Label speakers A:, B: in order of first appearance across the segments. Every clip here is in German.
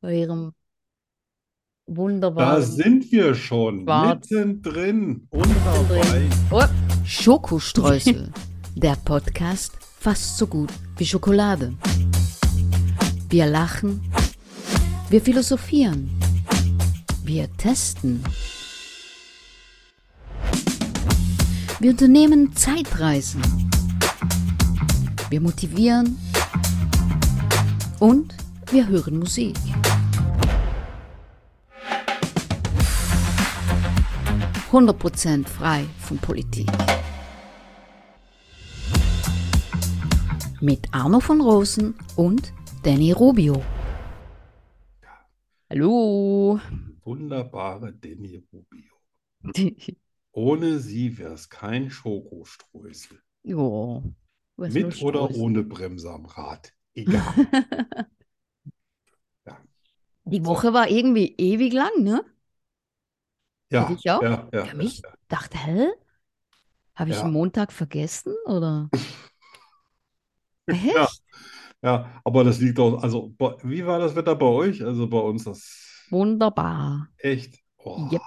A: bei ihrem
B: Da
A: wunderbaren
B: sind wir schon
A: Schwarz drin.
B: mittendrin unverweilt.
A: Oh,
C: Schokostreusel, der Podcast fast so gut wie Schokolade. Wir lachen, wir philosophieren, wir testen. Wir unternehmen Zeitreisen. Wir motivieren und wir hören Musik. Prozent frei von Politik. Mit Arno von Rosen und Danny Rubio.
A: hallo.
B: Wunderbare Danny Rubio. Ohne sie wäre es kein Schokoströßel.
A: Jo, was
B: Mit
A: willst
B: oder
A: du?
B: ohne Bremse am Rad. Egal.
A: Die Woche war irgendwie ewig lang, ne?
B: Ja,
A: dich auch?
B: ja, ja.
A: Für mich dachte, hä? Habe ich
B: Ja.
A: den Montag vergessen oder?
B: Ja.
A: Echt?
B: Ja, aber das liegt auch, also bei- wie war das Wetter bei euch? Also bei uns das
A: Wunderbar.
B: echt. Oh,
A: Ja,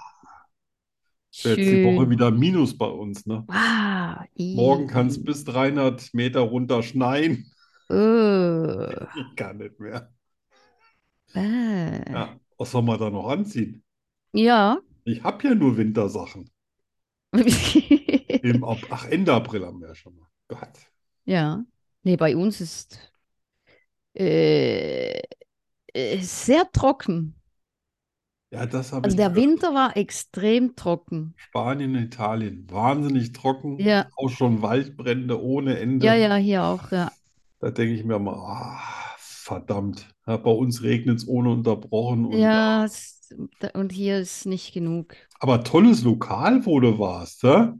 B: jetzt die Woche
A: Schön.
B: wieder Minus bei uns, ne?
A: Ah,
B: Morgen kann es
A: ih.
B: bis 300 Meter runter schneien.
A: Äh,
B: Ich kann nicht mehr.
A: äh.
B: Ja, was soll man da noch anziehen?
A: Ja.
B: Ich habe ja nur Wintersachen. Im Ab Ach, Ende April haben wir ja schon mal. Gott.
A: Ja. Nee, bei uns ist äh, äh, sehr trocken.
B: Ja, das habe
A: Also
B: ich
A: der
B: gehört.
A: Winter war extrem trocken.
B: Spanien, Italien, wahnsinnig trocken.
A: Ja,
B: Auch schon Waldbrände ohne Ende.
A: ja, ja, hier auch, ja.
B: Da denke ich mir mal, ah, verdammt, ja, bei uns regnet es ohne unterbrochen. Und,
A: Ja, es- da- und hier ist nicht genug.
B: aber tolles Lokal, wo du warst, hä?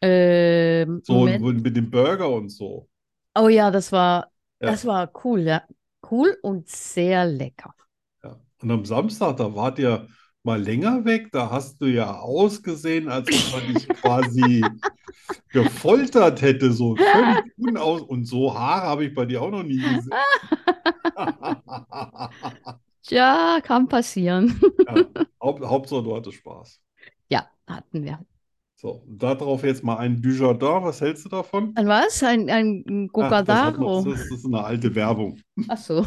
A: Ähm,
B: So
A: Moment.
B: und mit dem Burger und so.
A: Oh ja, das war,
B: Ja.
A: das war cool, ja. Cool und sehr lecker.
B: Ja. Und am Samstag, da wart ihr mal länger weg, da hast du ja ausgesehen, als ob man dich quasi gefoltert hätte, so völlig unaus. Und so Haare habe ich bei dir auch noch nie gesehen. Ja,
A: Ja, kann passieren.
B: Haupt, Hauptsache, du hattest Spaß.
A: Ja, hatten wir.
B: So, und darauf jetzt mal ein Dujardin, was hältst du davon?
A: Ein was? Ein, ein
B: Ach, das hat noch,
A: Cocadaro?
B: das ist eine alte Werbung.
A: Ach so.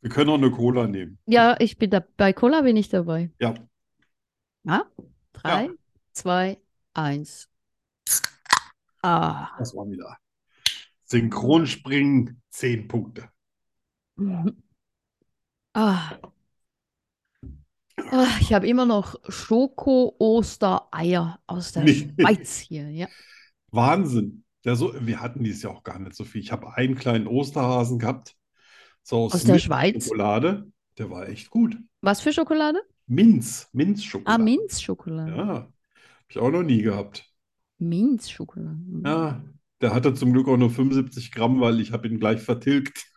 B: Wir können auch eine Cola nehmen.
A: Ja, ich bin da, bei Cola bin ich dabei.
B: Ja.
A: Na? Drei, zwei, eins. Ah.
B: Das war wieder. Synchronspringen, 10 Punkte.
A: Mhm. Ah. Ah, ich habe immer noch Schoko-Ostereier aus der
B: Nee.
A: Schweiz hier. Ja.
B: Wahnsinn. Ja, so, wir hatten dies ja auch gar nicht so viel. Ich habe einen kleinen Osterhasen gehabt, so aus
A: Aus der Schweiz.
B: Milchschokolade. Der war echt gut.
A: Was für Schokolade?
B: Minz,
A: Ah,
B: Minzschokolade.
A: Minzschokolade.
B: Ja, habe ich auch noch nie gehabt.
A: Minzschokolade. Mhm.
B: Ja, der hatte zum Glück auch nur 75 Gramm, weil ich habe ihn gleich vertilgt.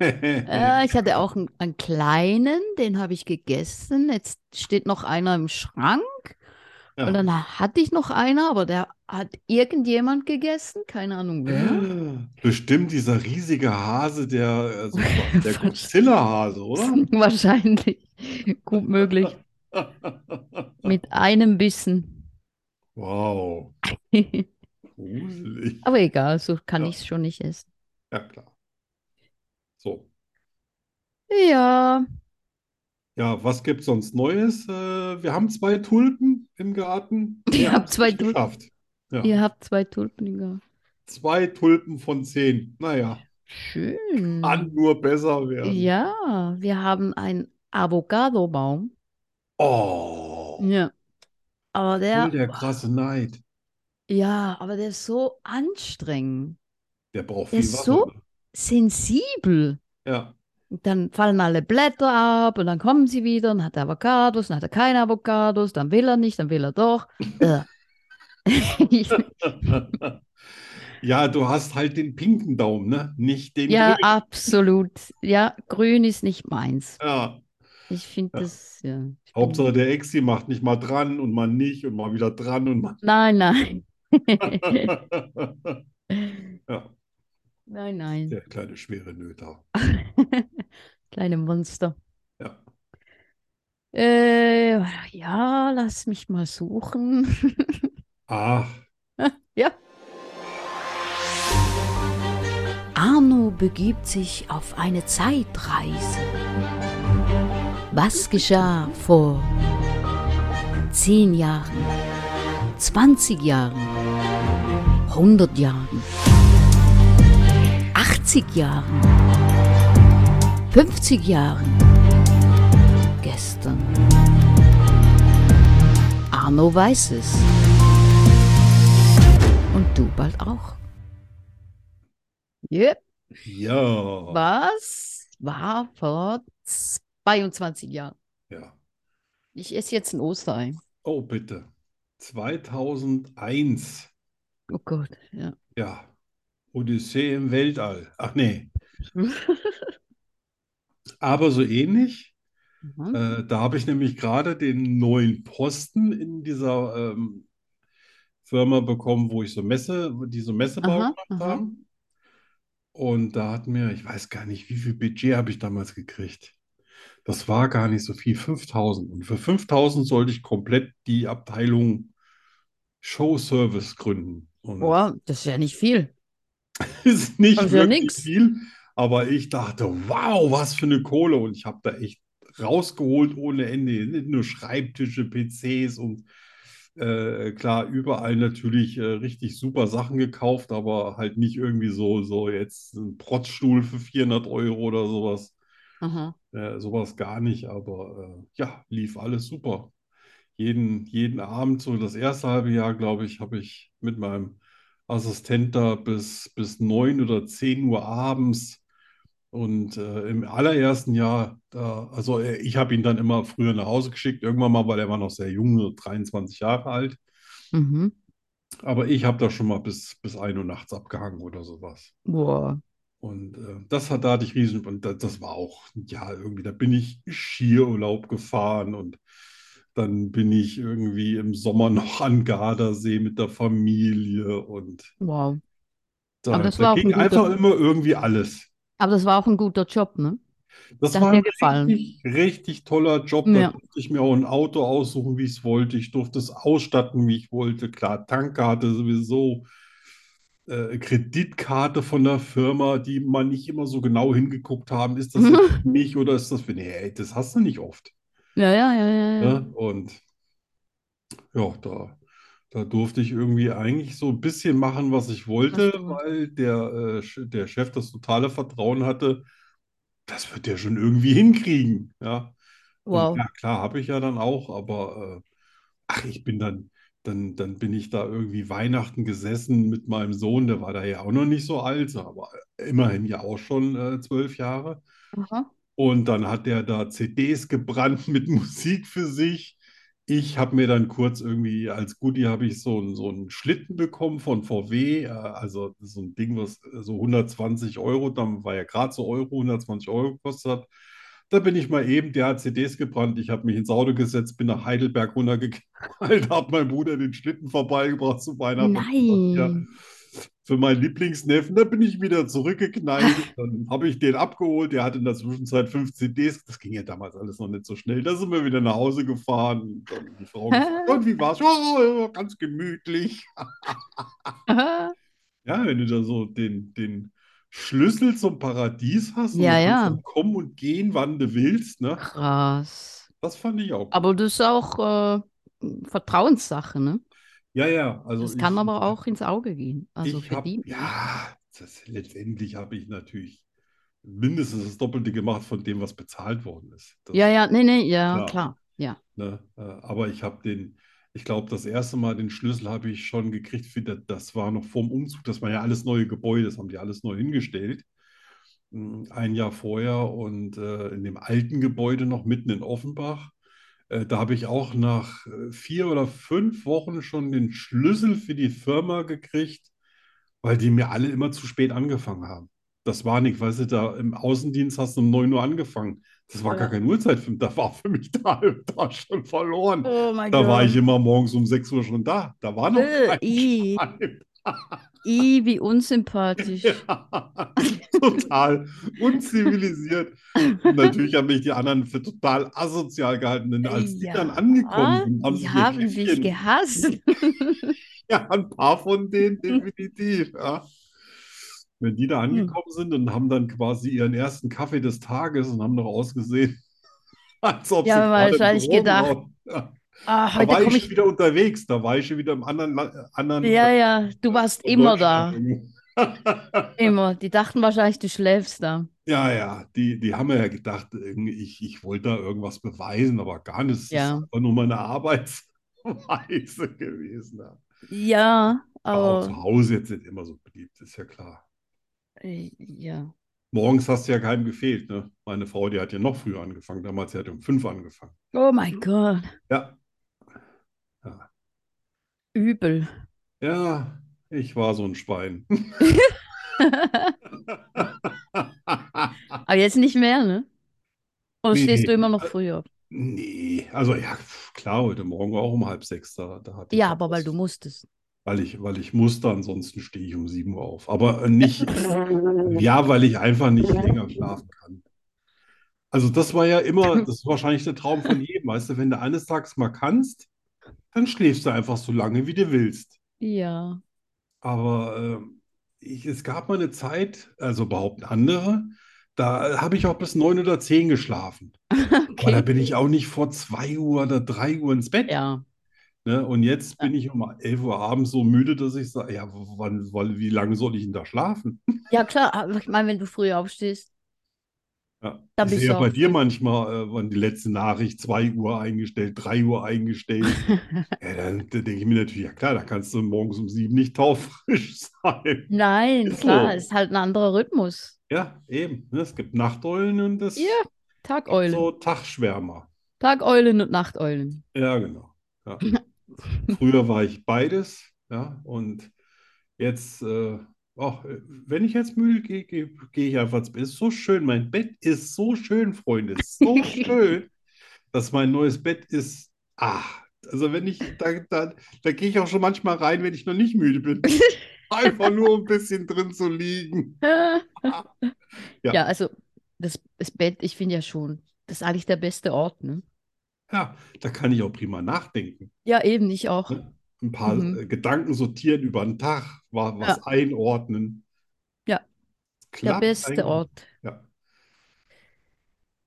A: Äh, ich hatte auch einen, einen kleinen, den habe ich gegessen. Jetzt steht noch einer im Schrank.
B: Ja.
A: Und dann hatte ich noch einer, aber der hat irgendjemand gegessen. Keine Ahnung wer.
B: Bestimmt dieser riesige Hase, der, also der
A: Verstehe.
B: Godzilla-Hase, oder?
A: Wahrscheinlich. Gut möglich. Mit einem Bissen.
B: Wow, gruselig.
A: Aber egal, so kann
B: Ja.
A: ich es schon nicht essen.
B: Ja, klar. So.
A: Ja,
B: Ja, was gibt's sonst Neues? Äh, wir haben zwei Tulpen im Garten. Wir
A: Ihr habt
B: haben's
A: zwei
B: nicht
A: Tulpen.
B: geschafft. Ja.
A: ihr habt zwei Tulpen. im Garten.
B: Zwei Tulpen von zehn. Naja,
A: Schön.
B: kann nur besser werden.
A: Mhm. Ja, wir haben einen Avocado-Baum.
B: Oh,
A: Ja. Aber
B: voll
A: der,
B: der krasse Neid.
A: ja, aber der ist so anstrengend,
B: Der braucht
A: Der
B: viel
A: ist
B: Wasser.
A: so-
B: ne?
A: sensibel.
B: Ja,
A: Und dann fallen alle Blätter ab und dann kommen sie wieder und hat er Avocados, dann hat er keine Avocados, dann will er nicht, dann will er doch. Äh. Ich,
B: ja, du hast halt den pinken Daumen, ne? Nicht den
A: ja,
B: grünen.
A: absolut. Ja, grün ist nicht meins.
B: Ja.
A: Ich finde
B: Ja.
A: das, ja. ich bin-
B: Hauptsache der Exi macht nicht mal dran und mal nicht und mal wieder dran und mal.
A: Nein, nein.
B: ja,
A: Nein, nein.
B: der kleine schwere Nöter.
A: Kleine Monster.
B: Ja.
A: Äh, ja, lass mich mal suchen.
B: Ach,
C: Arno begibt sich auf eine Zeitreise. Was geschah vor 10 Jahren, 20 Jahren, 100 Jahren, 80 Jahren, 50 Jahren, gestern? Arno weiß es. Und du bald auch.
A: Yep.
B: ja.
A: Was war vor 22 Jahren?
B: Ja.
A: Ich esse jetzt ein Osterei.
B: Oh, bitte. 2001.
A: Oh Gott, ja.
B: Ja. Odyssee im Weltall. Ach nee. Aber so ähnlich.
A: Mhm.
B: Äh, da habe ich nämlich gerade den neuen Posten in dieser ähm, Firma bekommen, wo ich so Messe, die so Messebau
A: Aha,
B: gemacht
A: aha.
B: haben. Und da hat mir, ich weiß gar nicht, wie viel Budget habe ich damals gekriegt. Das war gar nicht so viel, 5000. Und für 5000 sollte ich komplett die Abteilung Show Service gründen. Und das
A: Boah, das ist ja nicht viel.
B: ist nicht
A: Also ja
B: wirklich
A: nix.
B: viel, aber ich dachte, wow, was für eine Kohle. Und ich habe da echt rausgeholt ohne Ende. Nicht nur Schreibtische, PCs und äh, klar, überall natürlich äh, richtig super Sachen gekauft, aber halt nicht irgendwie so, so jetzt ein Protzstuhl für 400 Euro oder sowas.
A: Aha.
B: Äh, sowas gar nicht, aber äh, ja, lief alles super. Jeden, jeden Abend, so das erste halbe Jahr, glaube ich, habe ich mit meinem Assistent da bis, bis 9 oder 10 Uhr abends. Und äh, im allerersten Jahr, da, also äh, ich habe ihn dann immer früher nach Hause geschickt, irgendwann mal, weil er war noch sehr jung, so 23 Jahre alt.
A: Mhm.
B: Aber ich habe da schon mal bis, bis 1 Uhr nachts abgehangen oder sowas.
A: Boah.
B: Und äh, das hat, da hatte ich riesen, und das, das war auch, ja, irgendwie, da bin ich Skiurlaub gefahren und dann bin ich irgendwie im Sommer noch an Gardasee mit der Familie und
A: Wow.
B: da,
A: Aber das
B: da
A: war auch
B: ging
A: ein guter-
B: einfach immer irgendwie alles.
A: Aber das war auch ein guter Job, ne?
B: Das
A: Das hat
B: war
A: mir
B: ein
A: gefallen.
B: richtig, richtig toller Job.
A: Ja.
B: Da durfte ich mir auch ein Auto aussuchen, wie ich es wollte. Ich durfte es ausstatten, wie ich wollte. Klar, Tankkarte sowieso, äh, Kreditkarte von der Firma, die man nicht immer so genau hingeguckt haben. Ist das jetzt für mich oder ist das für. Nee, ey, das hast du nicht oft.
A: Ja, ja, ja, ja, ja.
B: Ne? Und ja, da, da durfte ich irgendwie eigentlich so ein bisschen machen, was ich wollte,
A: stimmt.
B: weil der, äh, Sch- der Chef das totale Vertrauen hatte, das wird der schon irgendwie hinkriegen. Ja, und
A: Wow.
B: ja, klar, habe ich ja dann auch, aber äh, ach, ich bin dann, dann, dann bin ich da irgendwie Weihnachten gesessen mit meinem Sohn, der war da ja auch noch nicht so alt, aber immerhin ja auch schon äh, zwölf Jahre.
A: Aha.
B: Und dann hat er da CDs gebrannt mit Musik für sich. Ich habe mir dann kurz irgendwie als Goodie habe ich so, einen- so einen Schlitten bekommen von VW, äh, also so ein Ding, was äh, so 120 Euro, dann war ja gerade so Euro, 120 Euro gekostet hat. Da bin ich mal eben, der hat CDs gebrannt, ich habe mich ins Auto gesetzt, bin nach Heidelberg runtergeknallt, habe meinem Bruder den Schlitten vorbeigebracht zu Weihnachten. Ja,
A: Nein.
B: für meinen Lieblingsneffen. Da bin ich wieder zurückgeknallt. Dann habe ich den abgeholt. Der hatte in der Zwischenzeit fünf CDs. Das ging ja damals alles noch nicht so schnell. Da sind wir wieder nach Hause gefahren. Dann die Frau gefragt, und wie war's? Oh, ganz gemütlich.
A: Aha.
B: Ja, wenn du da so den, den Schlüssel zum Paradies hast und
A: Ja,
B: du kannst
A: ja.
B: dann kommen und gehen, wann du willst, ne?
A: Krass.
B: Das fand ich auch.
A: Aber das ist auch äh, Vertrauenssache, ne?
B: Ja, ja, also
A: Das kann
B: ich,
A: aber auch ins Auge gehen. Also
B: ich habe,
A: verdient.
B: ja, das, letztendlich habe ich natürlich mindestens das Doppelte gemacht von dem, was bezahlt worden ist. Das,
A: Ja, ja, nee, nee, ja,
B: Klar.
A: klar. Ja.
B: Ne? Äh, Aber ich habe den, ich glaube, das erste Mal den Schlüssel habe ich schon gekriegt. Für, das- das war noch vorm Umzug. Das waren ja alles neue Gebäude, das haben die alles neu hingestellt. Mm, Ein Jahr vorher und äh, in dem alten Gebäude noch mitten in Offenbach. Äh, da habe ich auch nach äh, vier oder fünf Wochen schon den Schlüssel für die Firma gekriegt, weil die mir alle immer zu spät angefangen haben. Das war nicht, weißt du, da im Außendienst hast du um 9 Uhr angefangen. Das war gar keine Uhrzeit für mich. Da war für mich der halbe Tag schon verloren.
A: Oh mein
B: Da war ich immer morgens um 6 Uhr schon da. Da war noch
A: Äh,
B: kein
A: i.
B: Schwein.
A: I, wie unsympathisch.
B: Ja, total unzivilisiert. Und natürlich haben mich die anderen für total asozial gehalten, denn als die
A: Ja. Ah,
B: dann angekommen sind, haben sie
A: die
B: ihr
A: haben dich
B: Käffchen-
A: gehasst.
B: Ja, ein paar von denen definitiv, ja. Wenn die da
A: Hm.
B: angekommen sind und haben dann quasi ihren ersten Kaffee des Tages und haben noch ausgesehen, als ob
A: Die
B: sie
A: haben
B: gerade im
A: wahrscheinlich
B: Büro
A: gedacht,
B: waren. Ja.
A: Ah,
B: Da
A: heute
B: war ich
A: komme
B: schon
A: ich.
B: wieder unterwegs, da war ich schon wieder im anderen, La- anderen
A: Ja,
B: äh,
A: ja, du warst immer da.
B: Deutschland.
A: Immer. Die dachten wahrscheinlich, du schläfst da.
B: Ja, ja, die, die haben ja gedacht, irgendwie, ich, ich wollte da irgendwas beweisen, aber gar nicht. Es
A: Ja.
B: ist einfach nur meine Arbeitsweise gewesen. Ja.
A: Ja,
B: Aber zu
A: aber.
B: Hause jetzt nicht immer so beliebt, ist ja klar.
A: äh, Ja.
B: Morgens hast du ja keinem gefehlt, ne? Meine Frau, die hat ja noch früher angefangen. Damals, die hat um fünf angefangen.
A: Oh mein Gott.
B: Ja,
A: Übel.
B: ja, ich war so ein Schwein.
A: Aber jetzt nicht mehr, ne? Oder
B: Nee,
A: stehst du
B: nee.
A: immer noch früher? auf?
B: Nee, also ja, pf, klar, heute Morgen auch um halb sechs, da, da hatte ich
A: Ja,
B: ja
A: aber
B: was.
A: weil du musstest.
B: Weil ich, weil ich musste, ansonsten stehe ich um 7 Uhr auf. Aber äh, nicht, ja, weil ich einfach nicht länger schlafen kann. Also das war ja immer, das ist wahrscheinlich der Traum von jedem, weißt du, wenn du eines Tages mal kannst, dann schläfst du einfach so lange, wie du willst.
A: Ja.
B: Aber ähm, ich, es gab mal eine Zeit, also behaupten andere, da äh, habe ich auch bis 9 oder 10 geschlafen. Aber da
A: Okay.
B: bin ich auch nicht vor 2 Uhr oder 3 Uhr ins Bett.
A: Ja.
B: Ne? Und jetzt bin ich um 11 Uhr abends so müde, dass ich sage, ja, w- wann, wann, wie lange soll ich denn da schlafen?
A: Ja, klar. Aber ich meine, wenn du früh aufstehst.
B: Ja.
A: Da
B: Ich
A: bist
B: sehe ja
A: du
B: bei
A: auch
B: dir manchmal, äh, wann die letzte Nachricht 2 Uhr eingestellt, 3 Uhr eingestellt. Ja, dann, dann denke ich mir natürlich, ja klar, da kannst du morgens um 7 nicht taufrisch sein.
A: Nein,
B: Ist
A: klar,
B: so.
A: ist halt ein anderer Rhythmus.
B: Ja, eben. Ne? Es gibt Nachteulen und es
A: Ja,
B: gibt
A: Tageulen.
B: so Tagschwärmer.
A: Tageulen und Nachteulen.
B: Ja, genau. Ja. Früher war ich beides, ja, und jetzt, äh, ach, wenn ich jetzt müde gehe, gehe gehe ich einfach ins Bett. Ist so schön, mein Bett ist so schön, Freunde, ist so schön, dass mein neues Bett ist. Ah, also wenn ich, da, da, da gehe ich auch schon manchmal rein, wenn ich noch nicht müde bin. Einfach nur um ein bisschen drin zu liegen.
A: ja.
B: Ja.
A: also das, das Bett, ich finde ja schon, das ist eigentlich der beste Ort, ne?
B: Ja, da kann ich auch prima nachdenken.
A: Ja, eben, ich auch.
B: Ein paar
A: Mhm.
B: äh, Gedanken sortieren über den Tag, wa- was einordnen.
A: Ja. Der
B: Klappt
A: beste
B: eigentlich.
A: Ort.
B: Ja.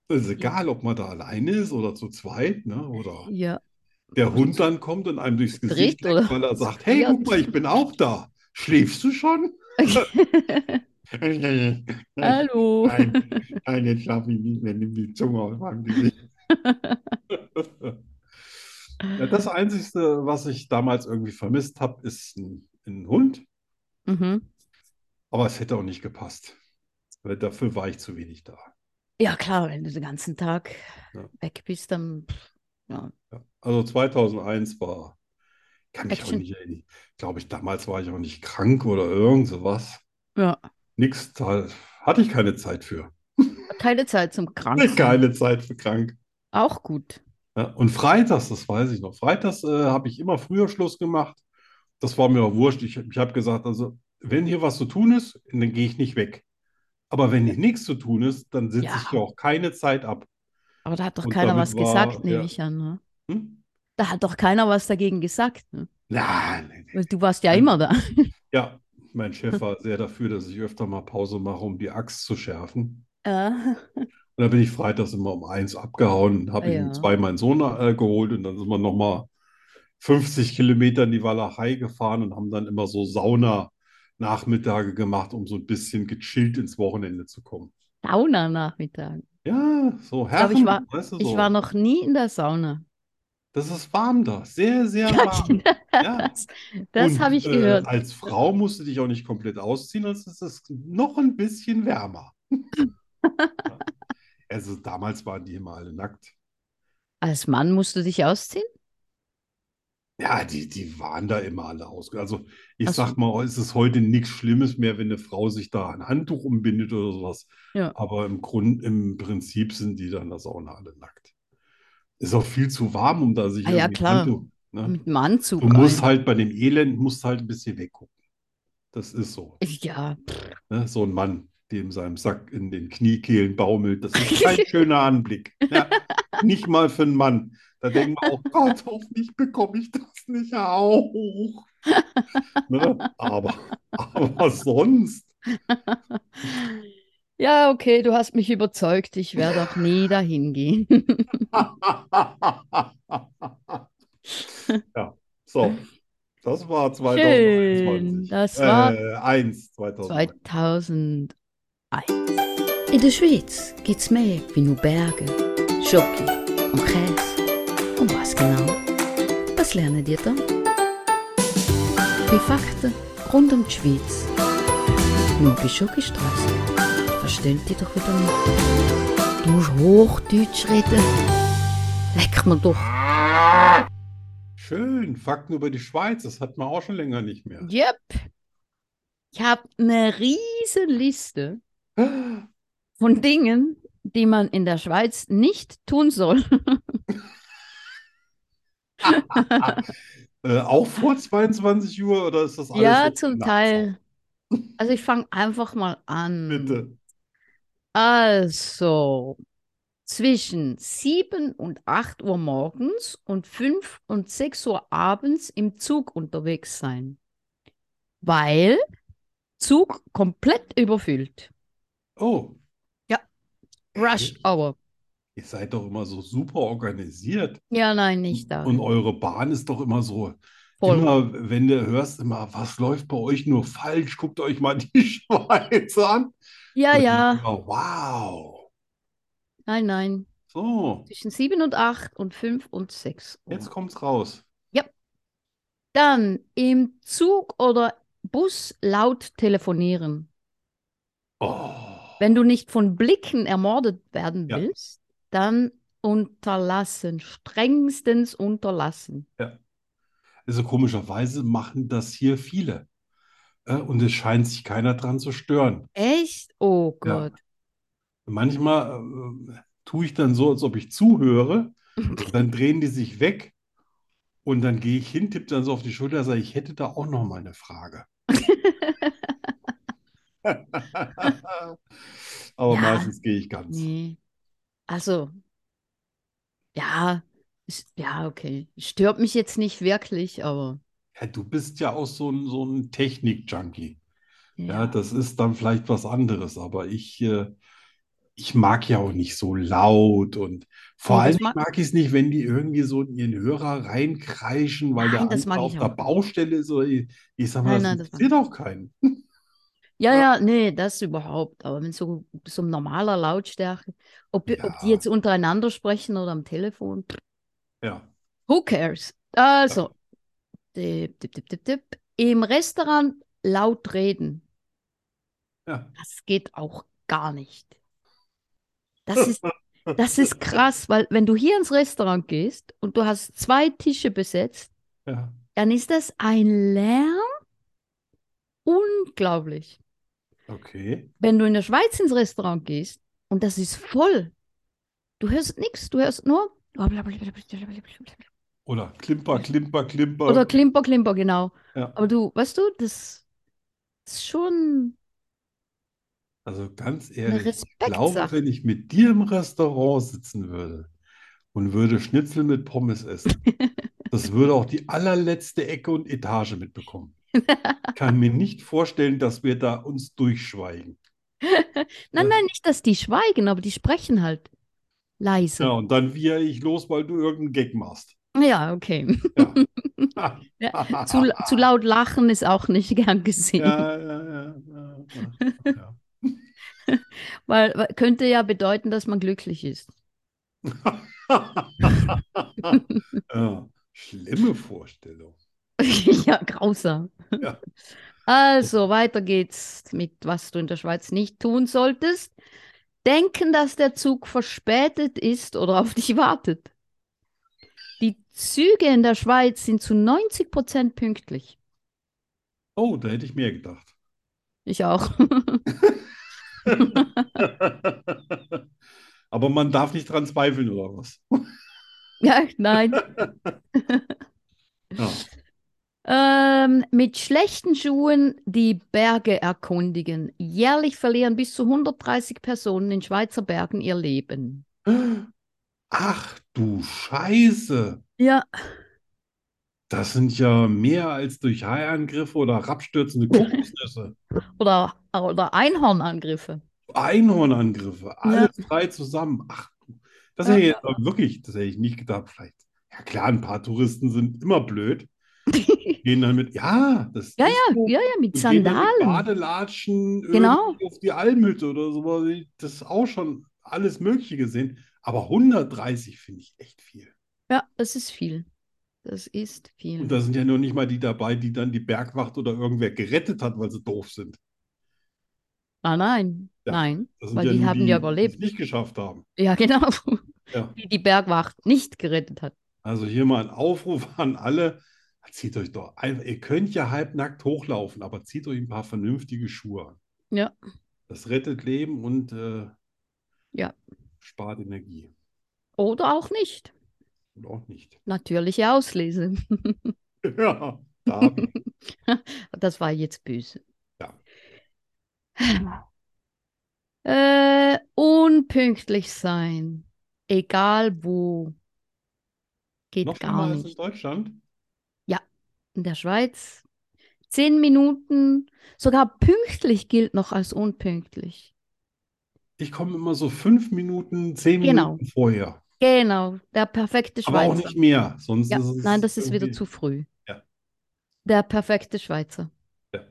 B: Es ist egal, ob man da alleine ist oder zu zweit, ne? Oder
A: Ja.
B: der Hund dann kommt und einem durchs
A: Dritt
B: Gesicht leckt,
A: oder
B: weil er sagt, hey,
A: viert.
B: guck mal, ich bin auch da. Schläfst du schon? Nein,
A: Hallo.
B: nein, jetzt schlafe ich nicht mehr, nimm die Zunge aus meinem Gesicht. Ja, das Einzige, was ich damals irgendwie vermisst habe, ist ein, ein Hund,
A: Mhm.
B: aber es hätte auch nicht gepasst. Weil dafür war ich zu wenig da.
A: Ja, klar, wenn du den ganzen Tag
B: Ja.
A: weg bist, dann pff,
B: Ja. Also 2001 war, kann mich auch
A: Action.
B: nicht erinnern. Glaube ich, damals war ich auch nicht krank oder irgend sowas.
A: ja,
B: Nix, da hatte ich keine Zeit für.
A: keine Zeit zum
B: Hatte
A: Kranken.
B: Keine Zeit für krank.
A: Auch gut.
B: Ja. Und freitags, das weiß ich noch. Freitags äh, habe ich immer früher Schluss gemacht. Das war mir auch wurscht. Ich, ich habe gesagt, also wenn hier was zu tun ist, dann gehe ich nicht weg. Aber wenn hier nichts zu tun ist, dann sitze
A: Ja.
B: ich hier auch keine Zeit ab.
A: Aber da hat doch
B: Und
A: keiner
B: damit
A: was gesagt,
B: war-
A: nehme
B: ja.
A: ich an. Ne?
B: Hm?
A: Da hat doch keiner was dagegen gesagt. Ne?
B: Nein, nein, nein.
A: Weil Du warst ja
B: Ja.
A: immer da.
B: Ja, mein
A: Hm.
B: Chef war sehr dafür, dass ich öfter mal Pause mache, um die Axt zu schärfen.
A: Ja.
B: Und dann bin ich freitags immer um eins abgehauen, habe ich um
A: Ah, Ja.
B: zwei meinen Sohn äh, geholt und dann sind wir nochmal 50 Kilometer in die Walachei gefahren und haben dann immer so Sauna-Nachmittage gemacht, um so ein bisschen gechillt ins Wochenende zu kommen.
A: Sauna-Nachmittag.
B: Ja, so
A: glaube, ich
B: Herren,
A: war-
B: weißt du
A: Ich
B: so.
A: war noch nie in der Sauna.
B: Das ist warm da, sehr, sehr
A: genau.
B: warm. Ja.
A: Das, das
B: Ah. Und,
A: habe ich
B: äh,
A: gehört.
B: als Frau musst du dich auch nicht komplett ausziehen, sonst ist es noch ein bisschen wärmer. Ja. Also damals waren die immer alle nackt.
A: Als Mann musst du dich ausziehen?
B: Ja, die, die waren da immer alle ausge. Also ich
A: Ach so.
B: sag mal, es ist heute nichts Schlimmes mehr, wenn eine Frau sich da ein Handtuch umbindet oder sowas.
A: Ja.
B: Aber im Grund, im Prinzip sind die dann der Sauna alle nackt. Ist auch viel zu warm, um da sich
A: Ah ja,
B: irgendwie ein
A: klar.
B: Handtuch, ne?
A: Mit einem Anzug.
B: Du musst
A: ein.
B: halt bei dem Elend musst halt ein bisschen weggucken. Das ist so.
A: Ja,
B: Ne? So ein Mann, dem seinem Sack in den Kniekehlen baumelt. Das ist kein schöner Anblick. Ja, nicht mal für einen Mann. Da denken wir auch, Gott, hoffentlich bekomme ich das nicht auch. Ne? Aber, aber sonst.
A: ja, okay, du hast mich überzeugt. Ich werde auch nie dahin gehen.
B: Ja, so. Das war
A: Schön,
B: 2021.
A: das war
B: äh, 1, 2021.
A: 2000.
C: In der Schweiz gibt's mehr wie nur Berge, Schoki und Käse. Und was genau? Was lernen die dann? Die Fakten rund um die Schweiz. Nur bei Schokistraße verstehen die doch wieder nicht. Du musst Hochdeutsch reden. Leck mir doch.
B: Schön, Fakten über die Schweiz, das hat man auch schon länger nicht mehr.
A: Yep. Ich habe eine riesen Liste von Dingen, die man in der Schweiz nicht tun soll.
B: Äh, auch vor 22 Uhr oder ist das alles
A: ja,
B: jetzt
A: zum
B: nachts?
A: Teil. Also ich fange einfach mal an.
B: Bitte.
A: Also, zwischen 7 und 8 Uhr morgens und 5 und 6 Uhr abends im Zug unterwegs sein. Weil Zug komplett überfüllt.
B: Oh,
A: Rush Hour.
B: ihr seid doch immer so super organisiert.
A: Ja, nein, nicht da.
B: Und eure Bahn ist doch immer so.
A: Voll.
B: Immer, wenn du hörst, immer, was läuft bei euch nur falsch, guckt euch mal die Schweiz an.
A: Ja,
B: Und
A: ja,
B: Immer, wow.
A: nein, nein.
B: So,
A: Zwischen 7 und 8 und 5 und 6 Uhr.
B: jetzt kommt's raus.
A: Dann im Zug oder Bus laut telefonieren.
B: Oh.
A: Wenn du nicht von Blicken ermordet werden
B: Ja.
A: willst, dann unterlassen, strengstens unterlassen.
B: Also komischerweise machen das hier viele. Äh, Und es scheint sich keiner dran zu stören.
A: Echt? Oh
B: Ja.
A: Gott.
B: Manchmal äh, tue ich dann so, als ob ich zuhöre, und dann drehen die sich weg und dann gehe ich hin, tippe dann so auf die Schulter, sage, ich hätte da auch noch mal eine Frage. Aber
A: Ja.
B: meistens gehe ich ganz.
A: Nee. Also, ja, ist- ja, okay. Stört mich jetzt nicht wirklich, aber
B: Ja, du bist ja auch so ein, so ein Technik-Junkie. Ja,
A: ja.
B: das ist dann vielleicht was anderes, aber ich, äh, ich mag ja auch nicht so laut und vor
A: Und das
B: allem
A: mag-
B: mag ich es nicht, wenn die irgendwie so in ihren Hörer reinkreischen, weil der
A: Nein, das
B: andere
A: mag
B: auf
A: ich
B: der
A: auch nicht.
B: Baustelle ist oder ich, ich sag mal,
A: Nein, nein,
B: das
A: das mag
B: interessiert auch keinen.
A: Ja,
B: Ja.
A: ja, nee, das überhaupt. Aber wenn so, so ein normaler Lautstärke, ob, ob die
B: Ja.
A: jetzt untereinander sprechen oder am Telefon, pff,
B: Ja,
A: who cares? Also, tipp, tipp, tipp, tipp, tipp. Im Restaurant laut reden,
B: ja.
A: das geht auch gar nicht. Das ist, das ist krass, weil wenn du hier ins Restaurant gehst und du hast zwei Tische besetzt,
B: Ja.
A: dann ist das ein Lärm. Unglaublich.
B: Okay.
A: wenn du in der Schweiz ins Restaurant gehst und das ist voll, du hörst nichts, du hörst nur oder
B: Oder Klimper, Klimper, Klimper.
A: Klimper, Klimper, genau.
B: Ja.
A: Aber du, weißt du, das ist schon
B: Also ganz
A: eine
B: ehrlich, ich glaube,
A: Respektsache.
B: wenn ich mit dir im Restaurant sitzen würde und würde Schnitzel mit Pommes essen, das würde auch die allerletzte Ecke und Etage mitbekommen. Ich kann mir nicht vorstellen, dass wir da uns durchschweigen.
A: Nein, nein, nicht, dass die schweigen, aber die sprechen halt
B: Ja,
A: leise.
B: und dann wiehre ich los, weil du irgendeinen Gag machst.
A: Ja, okay.
B: Ja.
A: Zu, zu laut lachen ist auch nicht gern gesehen,
B: Ja, ja, ja, ja, ja, ja.
A: weil weil könnte ja bedeuten, dass man glücklich ist.
B: Ja, schlimme Vorstellung.
A: Ja, grausam.
B: Ja.
A: Also, weiter geht's mit, was du in der Schweiz nicht tun solltest. Denken, dass der Zug verspätet ist oder auf dich wartet. Die Züge in der Schweiz sind zu 90 Prozent pünktlich.
B: Oh, da hätte ich mehr gedacht.
A: Ich auch.
B: Aber man darf nicht dran zweifeln, oder was?
A: Ja, nein.
B: Ja.
A: Ähm, mit schlechten Schuhen die Berge erkundigen. Jährlich verlieren bis zu 130 Personen in Schweizer Bergen ihr Leben.
B: Ach du Scheiße.
A: Ja,
B: Das sind ja mehr als durch Haiangriffe oder herabstürzende Kokosnüsse.
A: oder, oder Einhornangriffe.
B: Einhornangriffe. Alle drei zusammen. Ach du. Das hätte ich jetzt aber wirklich, das hätte ich nicht gedacht. Vielleicht. Ja klar, ein paar Touristen sind immer blöd. Die Gehen dann mit, ja, das
A: Ja,
B: ist
A: ja,
B: so.
A: ja, ja, mit
B: Die gehen dann mit
A: Sandalen.
B: Badelatschen
A: Genau.
B: irgendwie auf die Almhütte oder sowas. Das ist auch schon alles Mögliche gesehen. Aber 130 finde ich echt viel.
A: Ja, das ist viel. Das ist viel.
B: Und da sind ja noch nicht mal die dabei, die dann die Bergwacht oder irgendwer gerettet hat, weil sie doof sind.
A: ah, nein,
B: Ja.
A: nein.
B: Das sind
A: Weil
B: ja
A: die
B: nur
A: haben ja
B: die, die es
A: überlebt.
B: nicht geschafft haben.
A: Ja, genau.
B: Ja.
A: Die die Bergwacht nicht gerettet hat.
B: Also hier mal ein Aufruf an alle. Zieht euch doch einfach, ihr könnt ja halbnackt hochlaufen, aber zieht euch ein paar vernünftige Schuhe an.
A: Ja.
B: Das rettet Leben und äh,
A: Ja.
B: spart Energie.
A: Oder auch nicht.
B: Und auch nicht.
A: Natürliche Auslese.
B: Ja, da hab ich.
A: Das war jetzt böse.
B: Ja.
A: Äh, unpünktlich sein. Egal wo. Geht
B: Noch
A: gar
B: schlimmer als
A: nicht.
B: in Deutschland?
A: in der Schweiz. Zehn Minuten, sogar pünktlich gilt noch als unpünktlich.
B: Ich komme immer so fünf Minuten, zehn
A: Genau.
B: Minuten vorher.
A: Genau, der perfekte
B: Aber auch
A: Schweizer.
B: nicht mehr. Sonst
A: Ja,
B: ist es
A: nein, das ist wieder
B: irgendwie-
A: zu früh.
B: Ja.
A: Der perfekte Schweizer.
B: Ja.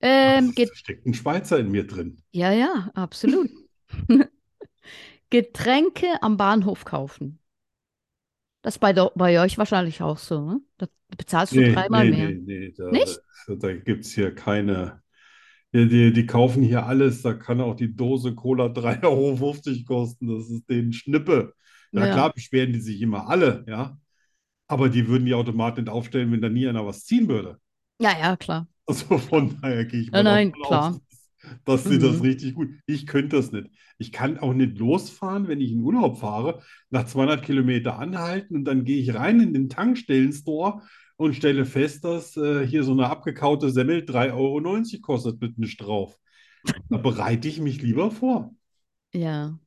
A: Ähm,
B: Da steckt ein Schweizer in mir drin.
A: Ja, ja, absolut. Getränke am Bahnhof kaufen. Das ist bei, der- bei euch wahrscheinlich auch so, ne? Da bezahlst du
B: Nee,
A: dreimal
B: nee,
A: mehr.
B: nee, nee, da,
A: Nicht?
B: da gibt es hier keine. Die, die, die kaufen hier alles. Da kann auch die Dose Cola 3,50 Euro kosten. Das ist denen Schnippe. Na
A: Ja.
B: klar, beschweren die sich immer alle, ja. Aber die würden die Automaten nicht aufstellen, wenn da nie einer was ziehen würde.
A: Ja, ja, klar.
B: Also von daher gehe ich
A: Ja,
B: mal
A: Äh, nein,
B: davon
A: klar.
B: aus, dass sie das
A: Mhm.
B: richtig gut. Ich könnte das nicht. Ich kann auch nicht losfahren, wenn ich in Urlaub fahre, nach 200 Kilometer anhalten und dann gehe ich rein in den Tankstellen-Store und stelle fest, dass äh, hier so eine abgekaute Semmel 3,90 Euro kostet mit Misch drauf. Da bereite ich mich lieber vor.
A: Ja,